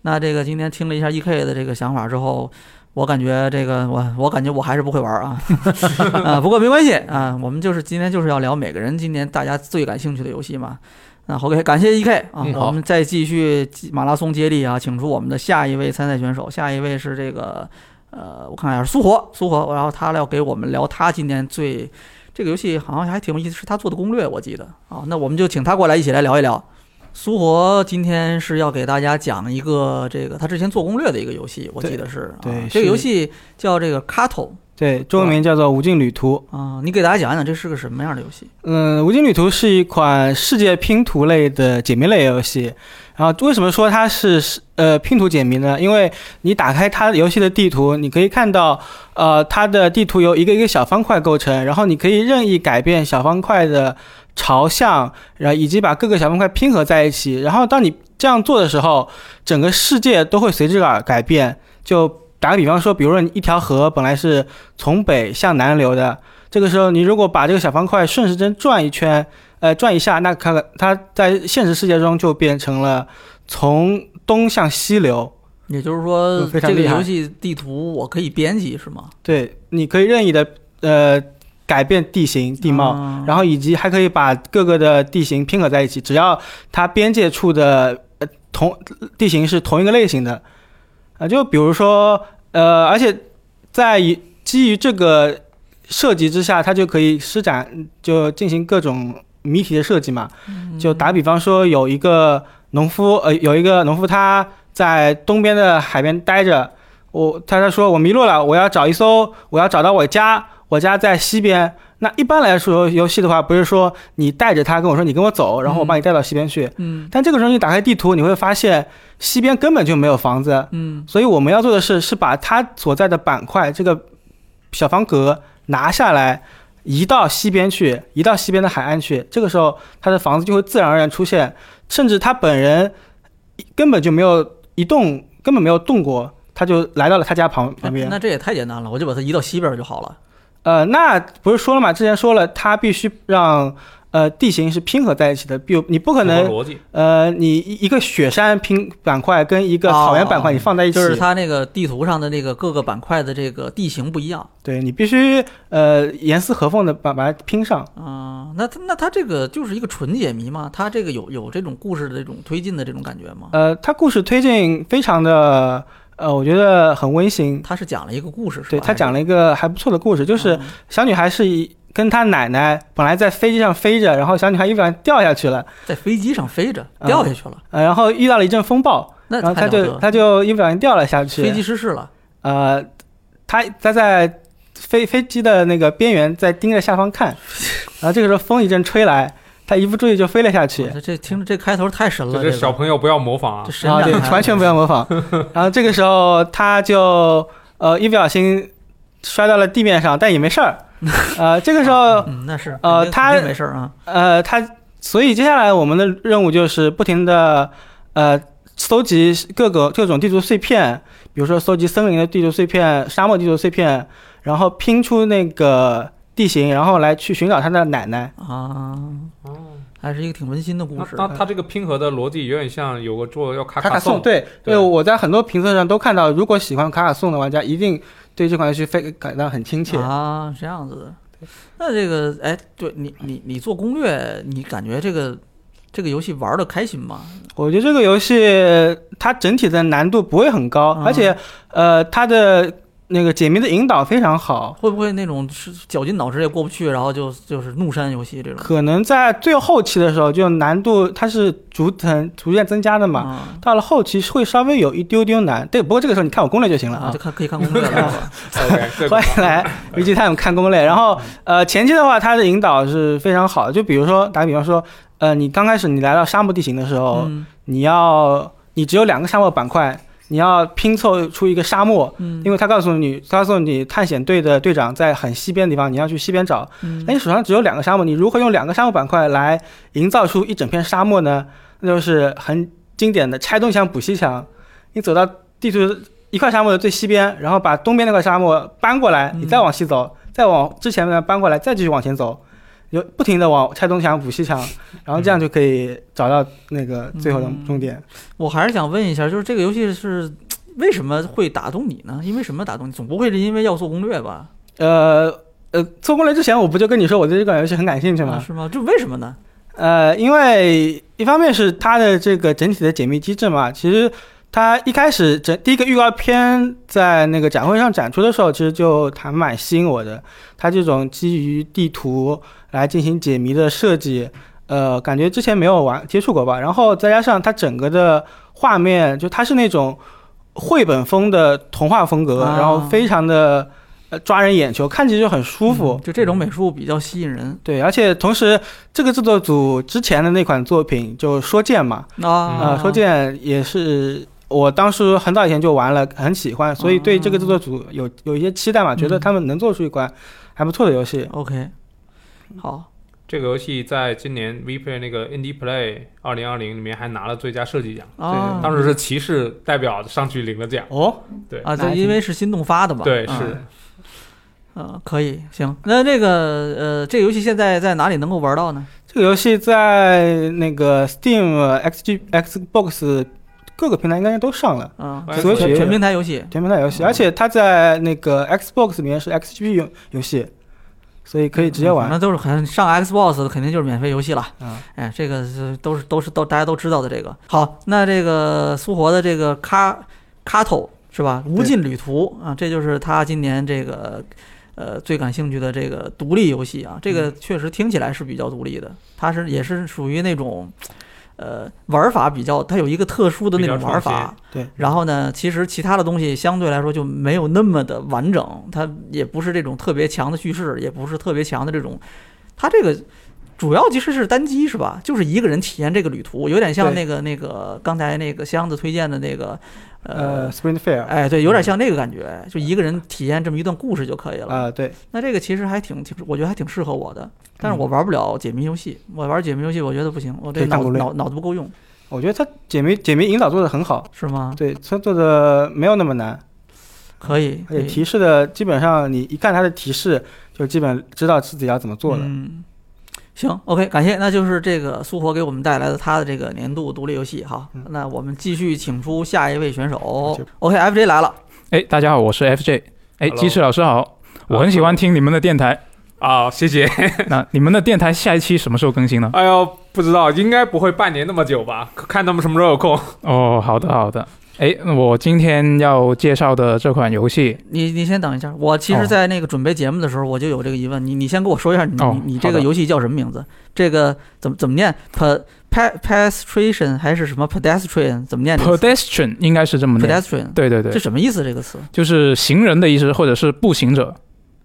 那这个今天听了一下 E.K 的这个想法之后，我感觉这个我我感觉我还是不会玩啊， 啊，不过没关系啊，我们就是今天就是要聊每个人今年大家最感兴趣的游戏嘛。那好，OK，感谢 E.K 啊，
嗯好
我们再继续马拉松接力啊，请出我们的下一位参赛选手，下一位是这个呃，我看一下是苏活，苏活，然后他要给我们聊他今年最这个游戏好像还挺有意思，是他做的攻略，我记得啊。那我们就请他过来一起来聊一聊。苏活今天是要给大家讲一个这个他之前做攻略的一个游戏，我记得是啊
对对
这个
是
游戏叫这个 Cattle
对，中文名叫做《无尽旅途》。
啊，你给大家讲一讲这是个什么样的游戏？
嗯，《无尽旅途》是一款世界拼图类的解谜类游戏。然啊后为什么说它是呃拼图解谜呢？因为你打开它游戏的地图，你可以看到，呃，它的地图由一个一个小方块构成，然后你可以任意改变小方块的朝向，然后以及把各个小方块拼合在一起。然后当你这样做的时候，整个世界都会随之而改变。就打个比方说，比如说你一条河本来是从北向南流的，这个时候，你如果把这个小方块顺时针转一圈，呃，转一下，那它它在现实世界中就变成了从东向西流。
也就是说，
嗯非常
这个
厉害
游戏地图我可以编辑是吗？
对，你可以任意的呃改变地形地貌，
啊
然后以及还可以把各个的地形拼合在一起，只要它边界处的呃同地形是同一个类型的，啊、就比如说呃，而且在以基于这个设计之下，它就可以施展就进行各种谜题的设计嘛。
嗯
就打比方说，有一个农夫，呃，有一个农夫他在东边的海边待着，我他他说我迷路了，我要找一艘，我要找到我家，我家在西边。那一般来说，游戏的话不是说你带着他跟我说你跟我走，然后我把你带到西边去。
嗯
但这个时候你打开地图，你会发现西边根本就没有房子，
嗯
所以我们要做的是是把它所在的板块这个小方格拿下来，移到西边去，移到西边的海岸去。这个时候他的房子就会自然而然出现，甚至他本人根本就没有移动，根本没有动过，他就来到了他家旁旁边。
那这也太简单了，我就把它移到西边儿就好了。
呃，那不是说了嘛？之前说了，它必须让呃地形是拼合在一起的，比如你不可
符
能
合逻辑，
呃你一一个雪山拼板块跟一个草原板块你放在一起，
哦就是它那个地图上的那个各个板块的这个地形不一样
对你必须呃严丝合缝的把把它拼上。
啊、那它那它这个就是一个纯解谜吗？它这个有有这种故事的这种推进的这种感觉吗？
呃，它故事推进非常的呃，我觉得很温馨。
它是讲了一个故事，是吧？
对他讲了一个还不错的故事，就
还
是
嗯
小女孩是一跟她奶奶本来在飞机上飞着，然后小女孩一不小心掉下去了，
在飞机上飞着
嗯
掉下去了，
呃，然后遇到了一阵风暴，
那
然后
太
她
了得
就
了
她就一不小心掉了下去。
飞机失事了，
呃，他他在飞飞机的那个边缘在盯着下 方看，然后这个时候风一阵吹来，他一不注意就飞了下去
哇。这这听着这开头太神了，
这
这
是
个
小朋友不要模仿啊
这！神
然后对，
展开
完全不要模仿。然后这个时候他就呃一不小心摔到了地面上，但也没事儿。呃，这个时候
嗯，那是
呃
肯定
它
肯定没事儿啊，
呃他，所以接下来我们的任务就是不停的呃搜集各个各种地图碎片，比如说搜集森林的地图碎片、沙漠地图碎片，然后拼出那个地形，然后来去寻找他的奶奶。
啊，还是一个挺温馨的故
那
事。
哦那它这个拼合的逻辑有点像有个做要卡
卡
卡
颂，
颂，
对
对
我在很多评测上都看到，如果喜欢卡卡颂的玩家，一定对这款游戏非感到很亲切。
啊，这样子的。那这个，哎，对你，你你做攻略，你感觉这个这个游戏玩的开心吗？
我觉得这个游戏它整体的难度不会很高，
嗯
而且呃，它的那个解谜的引导非常好。
会不会那种是绞尽脑汁也过不去，然后就就是怒删游戏这种？
可能在最后期的时候，就难度它是逐层逐渐增加的嘛。
啊，
到了后期会稍微有一丢丢难，对，不过这个时候你看我攻略就行了
啊
啊
就。看可以看攻略了。 是吧
OK，这个
欢迎来 v G Time 看攻略。然后呃，前期的话，它的引导是非常好的。就比如说打个比方说，呃，你刚开始你来到沙漠地形的时候，
嗯
你要你只有两个沙漠板块，你要拼凑出一个沙漠。
嗯，
因为他告诉你，他告诉你探险队的队长在很西边的地方，你要去西边找。
嗯
那你手上只有两个沙漠，你如何用两个沙漠板块来营造出一整片沙漠呢？那就是很经典的拆东墙补西墙。你走到地图一块沙漠的最西边，然后把东边那块沙漠搬过来，
嗯
你再往西走，再往之前面搬过来，再继续往前走，就不停的往拆东墙补西墙，然后这样就可以找到那个最后的
嗯
终点。
我还是想问一下，就是这个游戏是为什么会打动你呢？因为什么打动你？总不会是因为要做攻略吧？
呃呃，做攻略之前我不就跟你说我对这款游戏很感兴趣
啊
吗？
是吗？就为什么呢？
呃，因为一方面是它的这个整体的解密机制嘛，其实它一开始整第一个预告片在那个展会上展出的时候，其实就还蛮吸引我的。它这种基于地图来进行解谜的设计，呃，感觉之前没有玩接触过吧。然后再加上它整个的画面，就它是那种绘本风的童话风格，
啊
然后非常的呃抓人眼球，看起来就很舒服。
嗯就这种美术比较吸引人
对，而且同时，这个制作组之前的那款作品就《说剑》嘛，啊、
啊。
说剑》也是我当时很早以前就玩了，很喜欢，所以对这个制作组
哦
有有一些期待嘛，
嗯
觉得他们能做出一款还不错的游戏。
OK，好，
这个游戏在今年 VPlay 那个 Indie Play 二零二零里面还拿了最佳设计奖，
啊，
当时是骑士代表上去领了奖。
哦，
对
啊，
那
这
还
因为是新动发的嘛，
对，
啊
是
啊，可以，行。那这个呃，这个游戏现在在哪里能够玩到呢？
这个游戏在那个 Steam、XG、Xbox 各个平台应该都上了。
啊，
哎
所以
全
也
全平台哦游戏
全平台游戏，而且它在那个 Xbox 里面是 XGP 游游戏，所以可以直接玩
那。嗯都是很上 Xbox 的，肯定就是免费游戏了。
嗯，
哎，这个是都是都是都大家都知道的这个。好，那这个苏活的这个卡卡头是吧？无尽旅途啊，这就是他今年这个。呃，最感兴趣的这个独立游戏啊，这
嗯
个确实听起来是比较独立的，它是也是属于那种，呃，玩法比较，它有一个特殊的那种
比较
玩
创新
法，
对，
然后呢，其实其他的东西相对来说就没有那么的完整，它也不是这种特别强的叙事，也不是特别强的这种，它这个主要其实是单机是吧？就是一个人体验这个旅途，有点像
对
那个那个刚才那个箱子推荐的那个，
呃
呃，
，Spring Fair，啊、
哎，对，
嗯
有点像那个感觉，就一个人体验这么一段故事就可以了。
呃对，
那这个其实还挺挺，我觉得还挺适合我的，但是我玩不了解谜游戏，我玩解谜游戏我觉得不行，我
可
这
以看
脑
攻略
脑脑子不够用，
我觉得他解谜解谜引导做的很好，
是吗？
对，他做的没有那么难，
可以，
而且
可以
提示的基本上你一看他的提示，就基本知道自己要怎么做了。
嗯，行，OK，感谢，那就是这个苏活给我们带来的他的这个年度独立游戏哈。那我们继续请出下一位选手，OK，FJ、来了，
哎，大家好，我是 FJ。哎，
Hello
鸡翅老师好，我很喜欢听你们的电 台。
啊，谢谢。
那你们的电台下一期什么时候更新呢？
哎呦，不知道，应该不会半年那么久吧？看他们什么时候有空。
哦，好的好的。哎，那我今天要介绍的这款游戏，
你你先等一下，我其实，
哦
在那个准备节目的时候我就有这个疑问，你你先跟我说一下你，你、
哦
你这
好
个
的
游戏叫什么名字？这个怎么怎么念？pa pa pastration 还是什么 pedestrian？怎么念这个词
pedestrian 应该是这么念。
？pedestrian
对对
这
对，
什么意思？这个词
就是行人的意思，或者是步行者。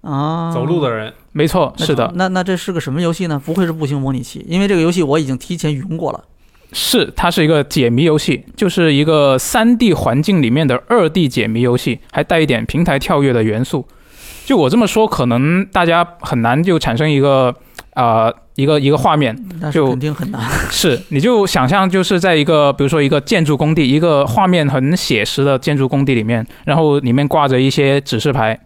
啊，
走路的人，
没错，
那
是的，
那那这是个什么游戏呢？不会是步行模拟器，因为这个游戏我已经提前云过了。
是它是一个解谜游戏，就是一个三 D 环境里面的二 D 解谜游戏，还带一点平台跳跃的元素。就我这么说，可能大家很难就产生一个啊、呃一个一个画面，
那是
就
肯定很 难。
是，你就想象就是在一个，比如说一个建筑工地，一个画面很写实的建筑工地里面，然后里面挂着一些指示牌，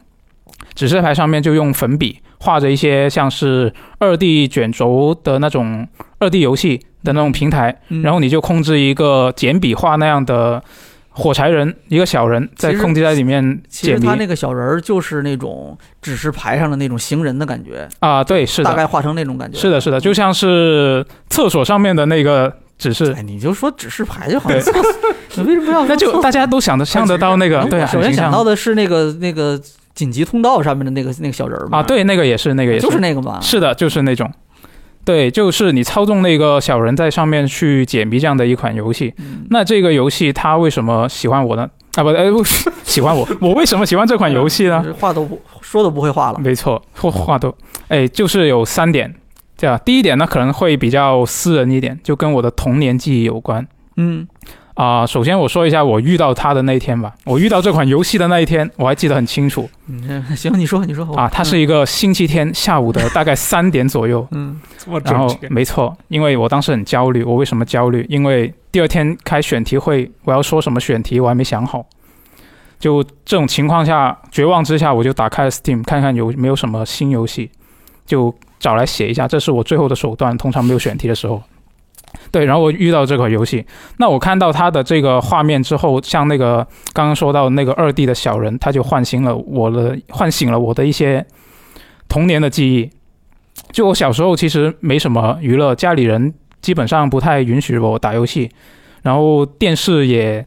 指示牌上面就用粉笔画着一些像是二 D 卷轴的那种二 D 游戏的那种平台，
嗯
然后你就控制一个简笔画那样的火柴人，一个小人在
其实
控制在里面
其
解
实
谜
他那个小人儿就是那种指示牌上的那种行人的感觉，
啊，对，是
大
的，
概嗯画成那种感觉。
是的，是的，就像是厕所上面的那个指 示。
哎，你就说指示牌就好
对
了， 你为什么要
那 就
说
大家都想得想得到那个，对啊，
首先
很形
想
象
到的是那个那个紧急通道上面的那个那个小人儿嘛
啊，，对，那个也是，那个也是，
就是那个嘛，
是的，就是那种，对，就是你操纵那个小人在上面去解谜这样的一款游戏。
嗯
那这个游戏它为什么喜欢我呢？啊，不，哎，不 喜 欢我，我为什么喜欢这款游戏呢？
话都不说都不会画了。
没错，话话都，哎，就是有三点，这样，第一点呢可能会比较私人一点，就跟我的童年记忆有关。
嗯，
啊、首先我说一下我遇到它的那一天吧。我遇到这款游戏的那一天，我还记得很清楚
你这嗯 行，你说你说我
啊，它是一个星期天下午 的大概三点左右，
嗯
这么
然
准
后
确，
没错，因为我当时很焦虑。我为什么焦虑？因为第二天开选题会，我要说什么选题我还没想好。就这种情况下，绝望之下，我就打开了 Steam 看看有没有什么新游戏，就找来写一下。这是我最后的手段，通常没有选题的时候。对，然后我遇到这款游戏，那我看到它的这个画面之后，像那个刚刚说到那个二 D 的小人，他就唤醒了我的唤醒了我的一些童年的记忆。就我小时候其实没什么娱乐，家里人基本上不太允许我打游戏，然后电视也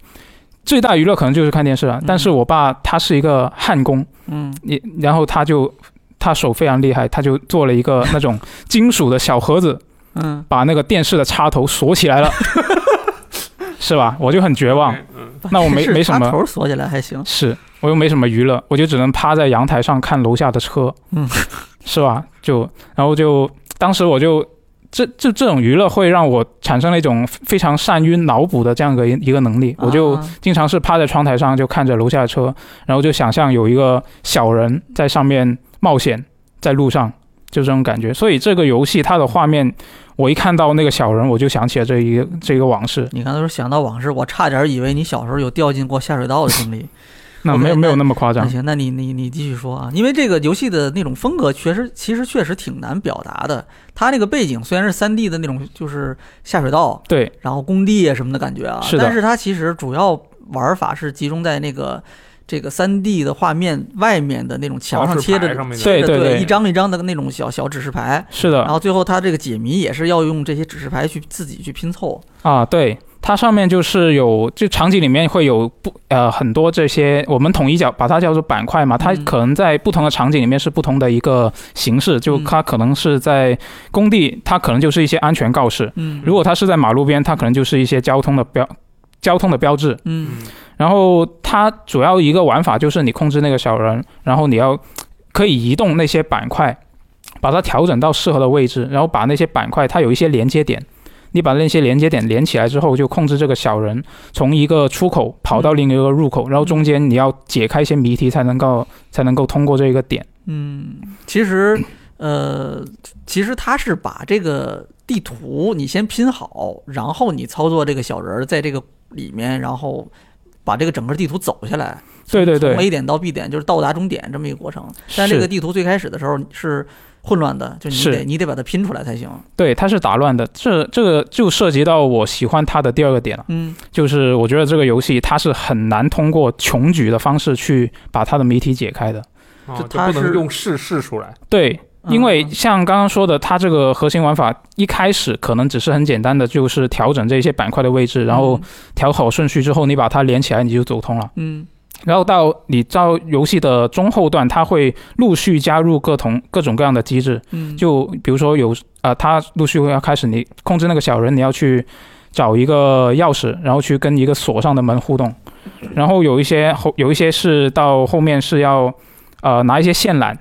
最大娱乐可能就是看电视了。但是我爸他是一个焊工，
嗯
也然后他就他手非常厉害，他就做了一个那种金属的小盒子，
嗯，
把那个电视的插头锁起来了，是吧？我就很绝望。那我没
是
没什
插
么
头锁起来还行。
是我又没什么娱乐，我就只能趴在阳台上看楼下的车，
嗯，
是吧？就然后就当时我就这这这种娱乐会让我产生了一种非常善于脑补的这样一个一个能力，我就
啊
经常是趴在窗台上就看着楼下的车，然后就想象有一个小人在上面冒险，在路上。就这种感觉，所以这个游戏它的画面，我一看到那个小人，我就想起了这一个这个往事。
你刚才说想到往事，我差点以为你小时候有掉进过下水道的经历。
那
OK，
没有没有
那
那么夸
那
张，
行，那你你你继续说啊，因为这个游戏的那种风格确实其实确实挺难表达的。它那个背景虽然是三 D 的那种，就是下水道，
对，
然后工地啊什么的感觉啊，
是的
但是它其实主要玩法是集中在那个这个三 D 的画面外面的那种墙上
告示
贴
牌
着的
上面的
贴着
对对
对
对啊
一张一张的那种小小指示牌。
是的
然。后最后，它这个解谜也是要用这些指示牌去自己去拼凑。
啊，对，它上面就是有，就场景里面会有不呃很多这些，我们统一叫把它叫做板块嘛，它
嗯
可能在不同的场景里面是不同的一个形式，就
嗯
它可能是在工地，它可能就是一些安全告示；
嗯
如果它是在马路边，它可能就是一些交通的标交通的标志。
嗯
嗯，
然后它主要一个玩法就是你控制那个小人，然后你要可以移动那些板块，把它调整到适合的位置，然后把那些板块它有一些连接点，你把那些连接点连起来之后，就控制这个小人从一个出口跑到另一个入口，然后中间你要解开一些谜题才能够才能够通过这个点。
嗯，其实，呃，其实他是把这个地图你先拼好，然后你操作这个小人儿在这个里面，然后把这个整个地图走下来，
对对
从
对，
A 点到 B 点，就是到达终点这么一个过程。但这
是
个地图最开始的时候是混乱的，就你
是
得你得把它拼出来才行。
对，它是打乱的，这这个就涉及到我喜欢它的第二个点了。
嗯
就是我觉得这个游戏它是很难通过穷举的方式去把它的谜题解开的。
哦
就
就
它
不能
是
用试试出来，
对，因为
嗯
像刚刚说的，它这个核心玩法一开始可能只是很简单的，就是调整这些板块的位置，然后调好顺序之后，你把它连起来，你就走通了。
嗯
然后到你到游戏的中后段，它会陆续加入各同各种各样的机制，
嗯，
就比如说有啊，他陆续会要开始你控制那个小人，你要去找一个钥匙，然后去跟一个锁上的门互动，然后有一些后有一些是到后面是要呃拿一些线缆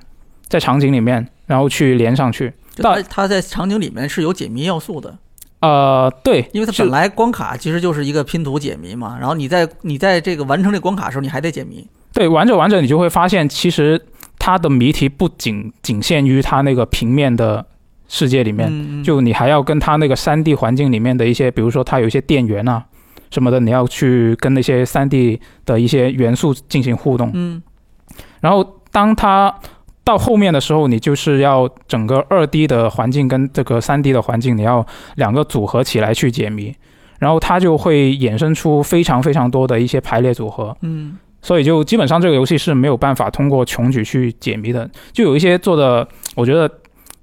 在场景里面，然后去连上去。
就
到
它它在场景里面是有解谜要素的。
呃，对，
因为它
是
本来关卡其实就是一个拼图解谜嘛，然后你在你在这个完成这关卡的时候，你还得解谜。
对玩着玩着，你就会发现其实它的谜题不仅仅限于它那个平面的世界里面，
嗯，
就你还要跟它那个3 D 环境里面的一些，比如说它有一些电源啊什么的，你要去跟那些3 D 的一些元素进行互动。
嗯
然后当它到后面的时候，你就是要整个二 D 的环境跟这个三 D 的环境，你要两个组合起来去解谜，然后它就会衍生出非常非常多的一些排列组合。
嗯，
所以就基本上这个游戏是没有办法通过穷举去解谜的。就有一些做的，我觉得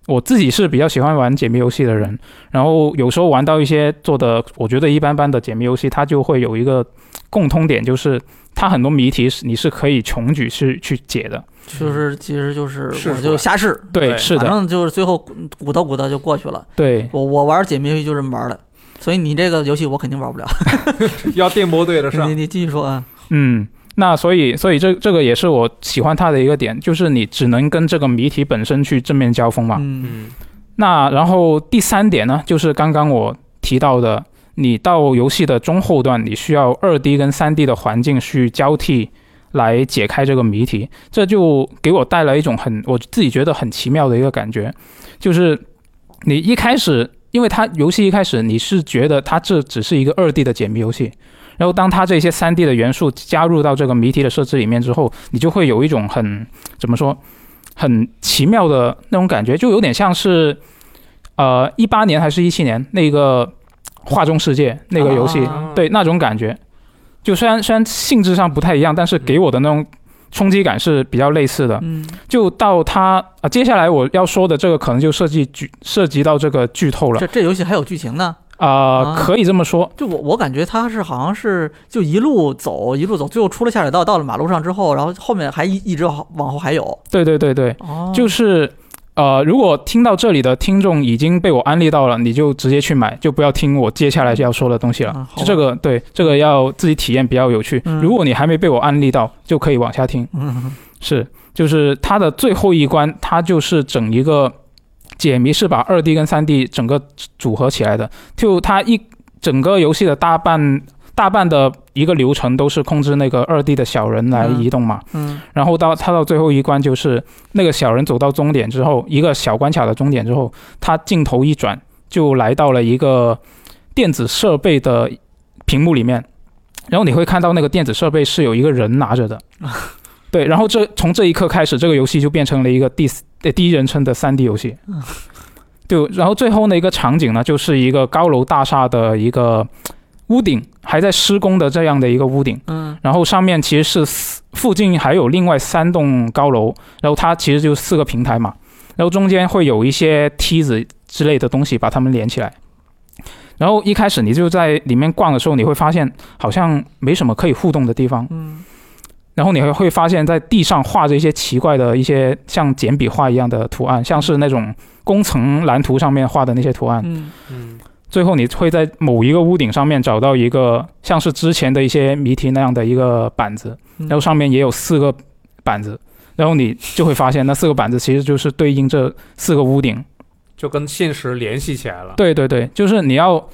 我自己是比较喜欢玩解谜游戏的人，然后有时候玩到一些做的我觉得一般般的解谜游戏，它就会有一个共通点，就是它很多谜题是你是可以穷举去去解的。
就是其实就是
试
我
出
就
来
瞎试，
嗯对，
对
是
反
的，
正就是最后鼓捣鼓捣就过去了。
对，
我我玩解谜游戏就这么玩的，所以你这个游戏我肯定玩不了。
要电波对得 上
你。你继续说啊，
嗯。那所以，所以这这个也是我喜欢它的一个点，就是你只能跟这个谜题本身去正面交锋嘛。
嗯
嗯，
那然后第三点呢，就是刚刚我提到的，你到游戏的中后段，你需要二 D 跟三 D 的环境去交替来解开这个谜题，这就给我带来一种很我自己觉得很奇妙的一个感觉，就是你一开始，因为它游戏一开始你是觉得它这只是一个二 D 的解谜游戏。然后，当它这些三 D 的元素加入到这个谜题的设置里面之后，你就会有一种很怎么说，很奇妙的那种感觉，就有点像是，呃，一八年还是一七年那个《画中世界》那个游戏，
啊
对那种感觉，就虽然虽然性质上不太一样，但是给我的那种冲击感是比较类似的。
嗯
就到它啊、接下来我要说的这个可能就涉及剧涉及到这个剧透了
这这游戏还有剧情呢。
啊、
啊
可以这么说，
就我我感觉它是好像是就一路走一路走，最后出了下水道，到了马路上之后，然后后面还一一直往往后还有。
对对对对，
哦，
就是呃，如果听到这里的听众已经被我安利到了，你就直接去买，就不要听我接下来要说的东西了。
嗯好
啊就这个对这个要自己体验比较有趣。
嗯
如果你还没被我安利到，就可以往下听。
嗯
是，就是它的最后一关，它就是整一个解谜是把二 D 跟三 D 整个组合起来的。就它一整个游戏的大半大半的一个流程都是控制那个二 D 的小人来
嗯
移动嘛。
嗯
然后到他到最后一关，就是那个小人走到终点之后，一个小关卡的终点之后，他镜头一转，就来到了一个电子设备的屏幕里面，然后你会看到那个电子设备是有一个人拿着的，对，然后这从这一刻开始，这个游戏就变成了一个第四呃第一人称的三 D 游戏
嗯，
就然后最后那个场景呢，就是一个高楼大厦的一个屋顶还在施工的这样的一个屋顶。
嗯
然后上面其实是四附近还有另外三栋高楼，然后它其实就四个平台嘛，然后中间会有一些梯子之类的东西把它们连起来。然后一开始你就在里面逛的时候，你会发现好像没什么可以互动的地方，
嗯
然后你还会发现在地上画着一些奇怪的一些像简笔画一样的图案，像是那种工程蓝图上面画的那些图案。
嗯
嗯，
最后你会在某一个屋顶上面找到一个像是之前的一些谜题那样的一个板子，
嗯
然后上面也有四个板子，然后你就会发现那四个板子其实就是对应这四个屋顶。
就跟现实联系起来了。
对对对，就是你要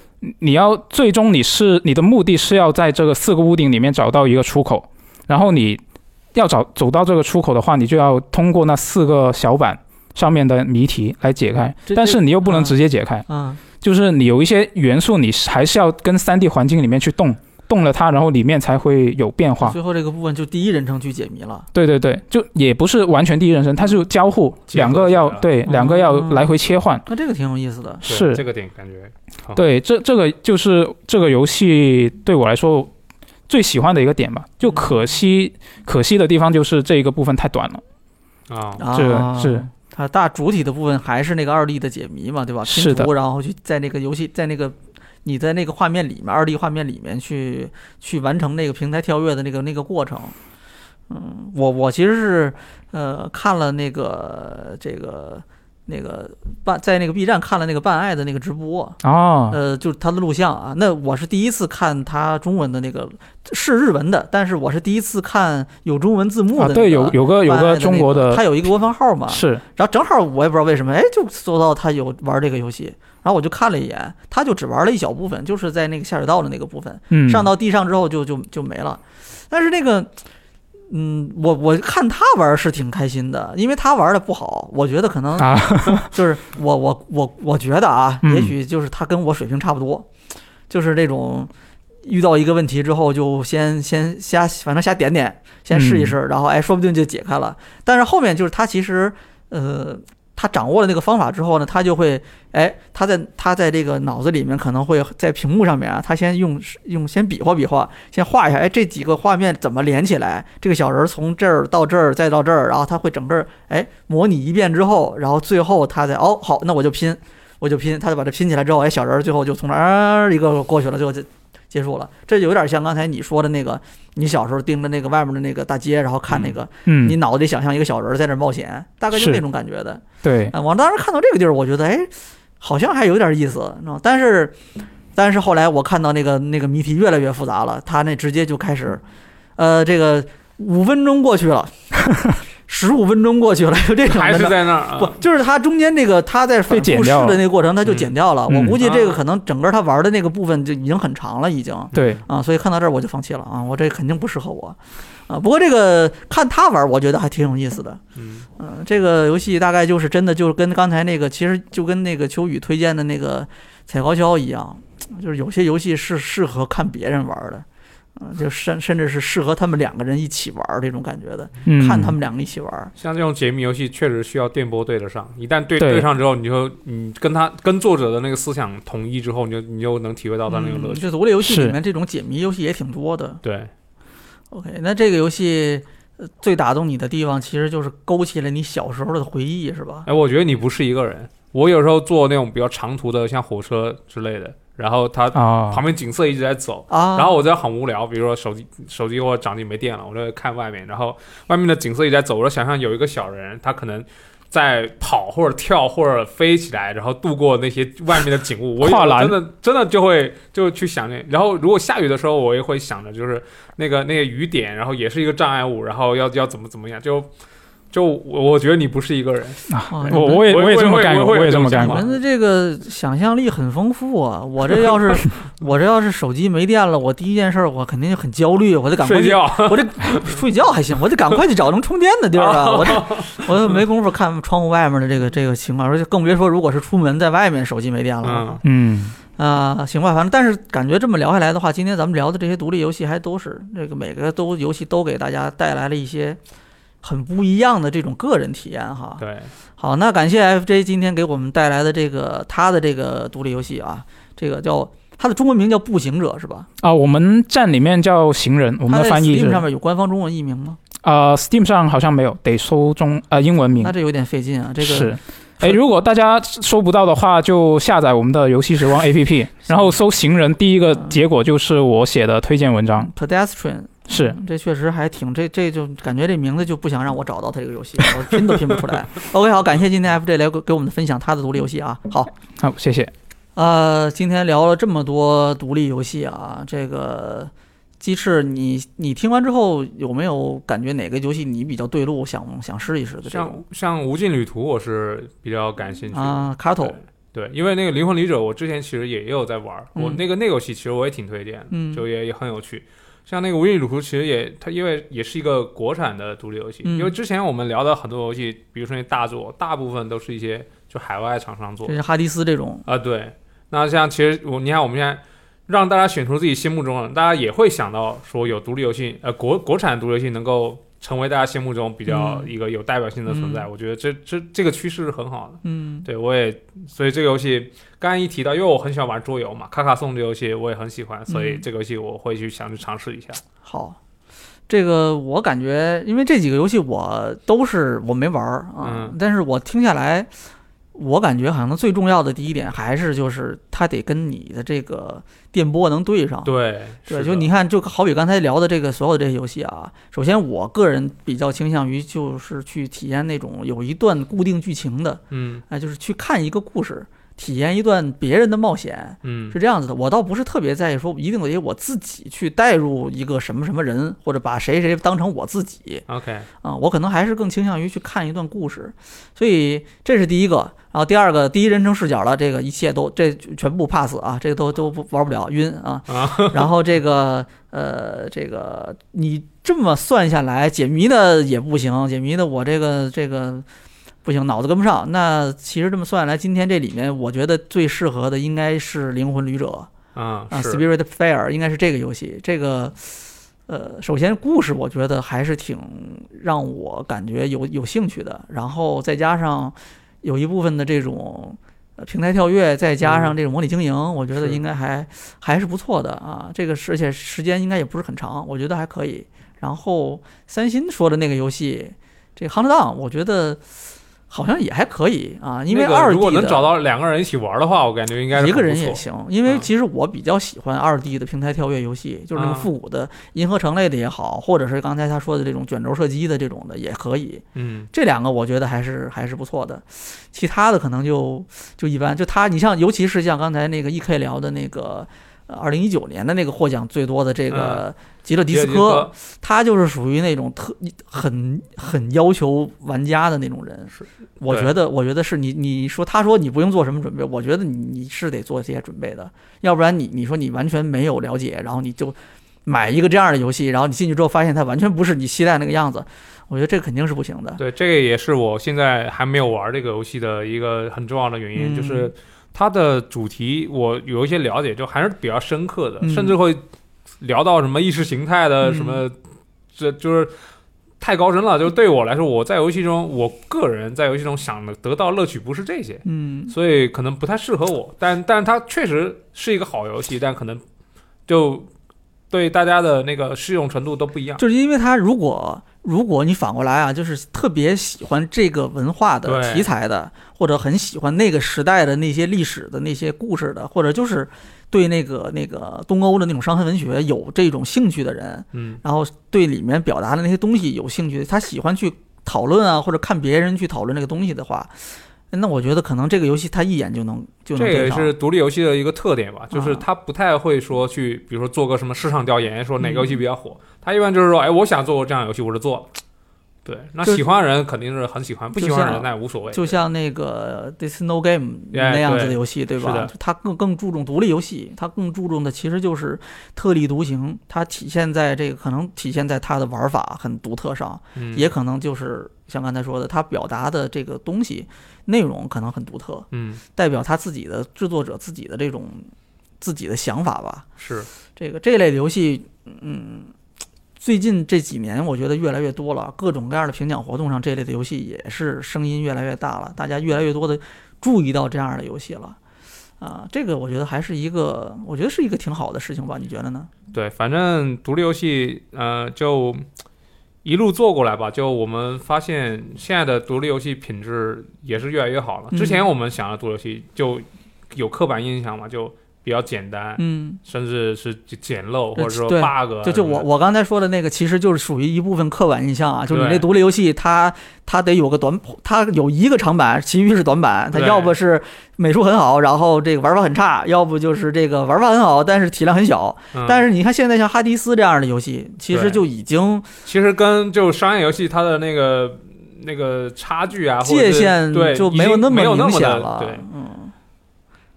你要最终你是你的目的是要在这个四个屋顶里面找到一个出口，然后你要找走到这个出口的话，你就要通过那四个小板上面的谜题来解开，
这
但是你又不能
嗯
直接解开。
啊
就是你有一些元素，你还是要跟三 D 环境里面去动，动了它，然后里面才会有变化。
最后这个部分就第一人称去解谜了。
对对对，就也不是完全第一人称，它是交互，
结合
两个要
起来
对，两个要来回切换。
那这个挺有意思的。
对
是
这个点感觉好
对，这这个就是这个游戏对我来说最喜欢的一个点吧。就可惜可惜的地方就是这一个部分太短了。
啊，
啊
这个是
它大主体的部分还是那个二 D 的解谜嘛，对吧？拼
是的
图，然后去在那个游戏，在那个你在那个画面里面，二 D 画面里面去去完成那个平台跳跃的那个那个过程。嗯，我我其实是呃看了那个这个那个办在那个 B 站看了那个办爱的那个直播，
哦，
呃，就是他的录像啊。那我是第一次看他中文的那个是日文的，但是我是第一次看有中文字幕的、
啊
那个
对，有有个有
办案
个
的
中
那
国的
他有一个官方号嘛，
是
然后正好我也不知道为什么，哎，就搜到他有玩这个游戏，然后我就看了一眼，他就只玩了一小部分，就是在那个下水道的那个部分，
嗯
上到地上之后就就就没了。但是那个，嗯，我我看他玩是挺开心的，因为他玩的不好，我觉得可能
啊
就是我我我我觉得啊，
嗯
也许就是他跟我水平差不多，就是那种遇到一个问题之后，就先先瞎，反正瞎点点，先试一试，然后哎，说不定就解开了。但是后面就是他其实，呃，他掌握了那个方法之后呢，他就会，哎，他在他在这个脑子里面可能会在屏幕上面啊，他先用用先比划比划，先画一下，哎，这几个画面怎么连起来？这个小人儿从这儿到这儿再到这儿，然后他会整个哎模拟一遍之后，然后最后他再哦好，那我就拼，我就拼，他就把这拼起来之后，哎，小人儿最后就从这儿一个过去了，最后就结束了。这有点像刚才你说的那个，你小时候盯着那个外面的那个大街，然后看那个，你
嗯，
脑子里想象一个小人儿在那儿冒险，大概就是那种感觉的。
对，
啊，我当时看到这个地儿，我觉得哎，好像还有点意思，你知道吗但是，但是后来我看到那个那个谜题越来越复杂了，他那直接就开始，呃，这个五分钟过去了，十五分钟过去了，就这种
还
的
是
呢。
在那儿
不
啊，，
就是他中间那个他在反
被剪
复试
掉
的
了
那个过程，他就剪掉了。
嗯
我估计这个
啊
可能整个他玩的那个部分就已经很长了，已经。
嗯对，
啊，所以看到这儿我就放弃了啊，我这肯定不适合我啊。不过这个看他玩儿，我觉得还挺有意思的。
嗯
嗯，这个游戏大概就是真的就是跟刚才那个，其实就跟那个秋雨推荐的那个踩高跷一样，就是有些游戏是适合看别人玩儿的，嗯，就甚甚至是适合他们两个人一起玩儿这种感觉的，
嗯，
看他们两个一起玩儿。
像这种解谜游戏确实需要电波对得上，一旦对
对
对上之后，你就你跟他跟作者的那个思想统一之后，你就你就能体会到他那个乐
嗯
趣。
就独立游戏
是
里面这种解谜游戏也挺多的。
对，
OK，那这个游戏。呃最打动你的地方，其实就是勾起了你小时候的回忆，是吧？
哎，我觉得你不是一个人。我有时候坐那种比较长途的，像火车之类的，然后它
啊
旁，边景色一直在走，
啊，
然后我在很无聊，比如说手机手机或者掌机没电了，我就看外面，然后外面的景色一直在走，我就想象有一个小人，他可能在跑或者跳或者飞起来，然后度过那些外面的景物，我有
跨栏
真的真的就会就去想那，然后如果下雨的时候，我也会想着就是那个那个雨点，然后也是一个障碍物，然后要要怎么怎么样，就就我我觉得你不是一个人，
啊
我我也
我也
也这么干过，
我也
我也这么
我也
干
你
过
们，的这个想象力很丰富啊！我这要是 我这要是手机没电了，我第一件事儿我肯定很焦虑，我得赶快
睡
去，
啊
觉，
我得睡觉还行，我得赶快去找能充电的地儿 啊！我这我又没工夫看窗户外面的这个这个情况，而且更别说如果是出门在外面手机没电了
嗯
啊、
嗯，
行吧，反正但是感觉这么聊下来的话，今天咱们聊的这些独立游戏还都是这个每个都游戏都给大家带来了一些很不一样的这种个人体验哈。
对，
好，那感谢 FJ 今天给我们带来的这个他的这个独立游戏啊，这个叫它的中文名叫《步行者》是吧？
啊，我们站里面叫行人，我
我
们的翻译是
Steam 上面有官方中文译名吗？
啊，Steam 上好像没有，得搜中呃英文名
那，这有点费劲啊，这个
是。哎，如果大家搜不到的话，就下载我们的游戏时光 APP，然后搜“行人”，第一个结果就是我写的推荐文章。
Pedestrian
是，
嗯这确实还挺这这就感觉这名字就不想让我找到他这个游戏，我拼都拼不出来。OK，好，感谢今天 FJ 来给给我们分享他的独立游戏啊，好。
好，谢谢。
呃，今天聊了这么多独立游戏啊，这个鸡翅，你你听完之后有没有感觉哪个游戏你比较对路，想想试一试的这
像
种
像《无尽旅途》，我是比较感兴趣的
啊？卡
对
头，
对，因为那个《灵魂旅者》，我之前其实也也有在玩儿，
嗯
我那个那个游戏其实我也挺推荐的，
嗯
就也也很有趣。像那个《无印旅途》，其实也它因为也是一个国产的独立游戏，
嗯
因为之前我们聊的很多游戏，比如说那大作，大部分都是一些就海外厂商做
这
的
是哈迪斯这种，
啊。对，那像其实我你看我们现在。让大家选出自己心目中的，大家也会想到说有独立游戏，呃，国国产独立游戏能够成为大家心目中比较
嗯
一个有代表性的存在，
嗯
我觉得这这这个趋势是很好的。
嗯
对，我也所以这个游戏刚刚一提到，因为我很喜欢玩桌游嘛，卡卡颂这游戏我也很喜欢，所以
嗯哦
这个游戏我会去想去尝试一下。
好。这个我感觉，因为这几个游戏我都是我没玩儿啊，
嗯
但是我听下来，我感觉好像最重要的第一点还是就是它得跟你的这个电波能对上，
对，
对，
是
就
的
你看，就好比刚才聊的这个所有的这些游戏啊，首先我个人比较倾向于就是去体验那种有一段固定剧情的，
嗯
哎，就是去看一个故事，体验一段别人的冒险，
嗯
是这样子的。我倒不是特别在意说一定得我自己去带入一个什么什么人，或者把谁谁当成我自己
，OK，
啊、我可能还是更倾向于去看一段故事，所以这是第一个。然后第二个，第一人称视角了，这个一切都这全部 pass 啊，这个都都不玩不了，晕啊。
啊，
然后这个呃，这个你这么算下来，解谜的也不行，解谜的我这个这个不行，脑子跟不上。那其实这么算下来，今天这里面我觉得最适合的应该是《灵魂旅者》
啊
啊
是
，Spirit Fair 应该是这个游戏。这个，呃，首先故事我觉得还是挺让我感觉有有兴趣的，然后再加上有一部分的这种呃平台跳跃，再加上这种模拟经营，我觉得
嗯是
应该还还是不错的啊。这个是而且时间应该也不是很长，我觉得还可以。然后三星说的那个游戏，这个《Hunt Down》，我觉得好像也还可以啊，因为
那个
二 D 的、
如果能找到两个人一起玩的话，我感觉应该是
一个
很不
人也
错
行，因为
嗯
其实我比较喜欢二 D 的平台跳跃游戏，就是那
啊
个复古的银河城类的也好，或者是刚才他说的这种卷轴射击的这种的也可以。
嗯
这两个我觉得还是还是不错的，其他的可能就就一般。就他，你像尤其是像刚才那个 E K 聊的那个。呃二零一九年的那个获奖最多的这个
嗯
吉勒迪斯
杰
科，他就是属于那种特很很要求玩家的那种人。
是，
我
对
觉得，我觉得是你你说他说你不用做什么准备，我觉得你你是得做些准备的，要不然你你说你完全没有了解，然后你就买一个这样的游戏，然后你进去之后发现它完全不是你期待那个样子，我觉得这肯定是不行的。
对，这个也是我现在还没有玩这个游戏的一个很重要的原
嗯
因，就是它的主题我有一些了解，就还是比较深刻的，
嗯
甚至会聊到什么意识形态的
嗯
什么，这就是太高深了。就是对我来说，我在游戏中，我个人在游戏中想的得到乐趣不是这些，
嗯，
所以可能不太适合我。但但它确实是一个好游戏，但可能就对大家的那个适用程度都不一样。
就是因为他如果如果你反过来啊，就是特别喜欢这个文化的
对
题材的，或者很喜欢那个时代的那些历史的那些故事的，或者就是对那个那个东欧的那种伤痕文学有这种兴趣的人，
嗯，
然后对里面表达的那些东西有兴趣，他喜欢去讨论啊，或者看别人去讨论这个东西的话，那我觉得可能这个游戏他一眼就能就能
这
对
也
上。
是独立游戏的一个特点吧，就是
啊
它不太会说去，比如说做个什么市场调研，说哪个游
嗯
戏比较火，它一般就是说，哎，我想做过这样的游戏，我就做了。对，那
就
喜欢的人肯定是很喜欢，不
就
喜欢的人
像
那也无所谓。
就像那个《This No Game》
哎
那样子
对
的游戏，对
是
吧
的？
它更更注重独立游戏，它更注重的其实就是特立独行，它体现在这个可能体现在它的玩法很独特上，
嗯
也可能就是像刚才说的，它表达的这个东西内容可能很独特，
嗯
代表他自己的制作者自己的这种自己的想法吧。
是
这个这类的游戏，嗯，最近这几年我觉得越来越多了，各种各样的评奖活动上，这类的游戏也是声音越来越大了，大家越来越多的注意到这样的游戏了。啊，这个我觉得还是一个，我觉得是一个挺好的事情吧？你觉得呢？
对，反正独立游戏，呃，就一路做过来吧。就我们发现现在的独立游戏品质也是越来越好了。之前
嗯
我们想的独立游戏就有刻板印象嘛，就比较简单，
嗯，
甚至是简陋或
对
者说
呃对
bug 啊
就就
什么
我
的
我刚才说的那个，其实就是属于一部分刻板印象啊，就是你
对
那独立游戏它，它得有个短，它有一个长板，其余是短板，它
对
要不是美术很好，然后这个玩法很差，要不就是这个玩法很好，但是体量很小。
嗯
但是你看现在像哈迪斯这样的游戏，其
对
实就已经
其实跟就商业游戏它的那个那个差距啊，或者
界
是
限
对
就
已经
有那
没有那
明
么
显
的
了。
对
嗯，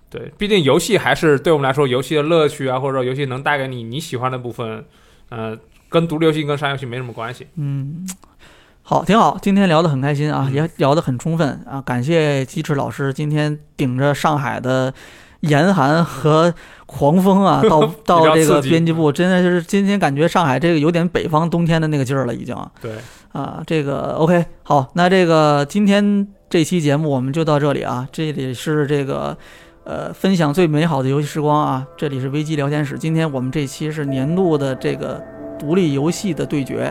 对，毕竟游戏还是对我们来说，游戏的乐趣啊，或者说游戏能带给你你喜欢的部分，呃，跟独立游戏跟商业游戏没什么关系。
嗯，好，挺好，今天聊得很开心啊，
嗯
也聊得很充分啊，感谢鸡翅老师今天顶着上海的严寒和狂风 啊，到到这
刺
个
激
编辑部，真的是今天感觉上海这个有点北方冬天的那个劲儿了，已经
对，
啊，这个 OK，好，那这个今天这期节目我们就到这里啊，这里是这个。呃，分享最美好的游戏时光啊！这里是危机聊天室。今天我们这期是年度的这个独立游戏的对决，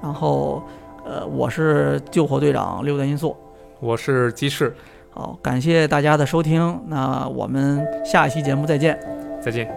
然后呃，我是救火队长六段音速。
我是鸡翅，
好，感谢大家的收听，那我们下一期节目再见。
再见。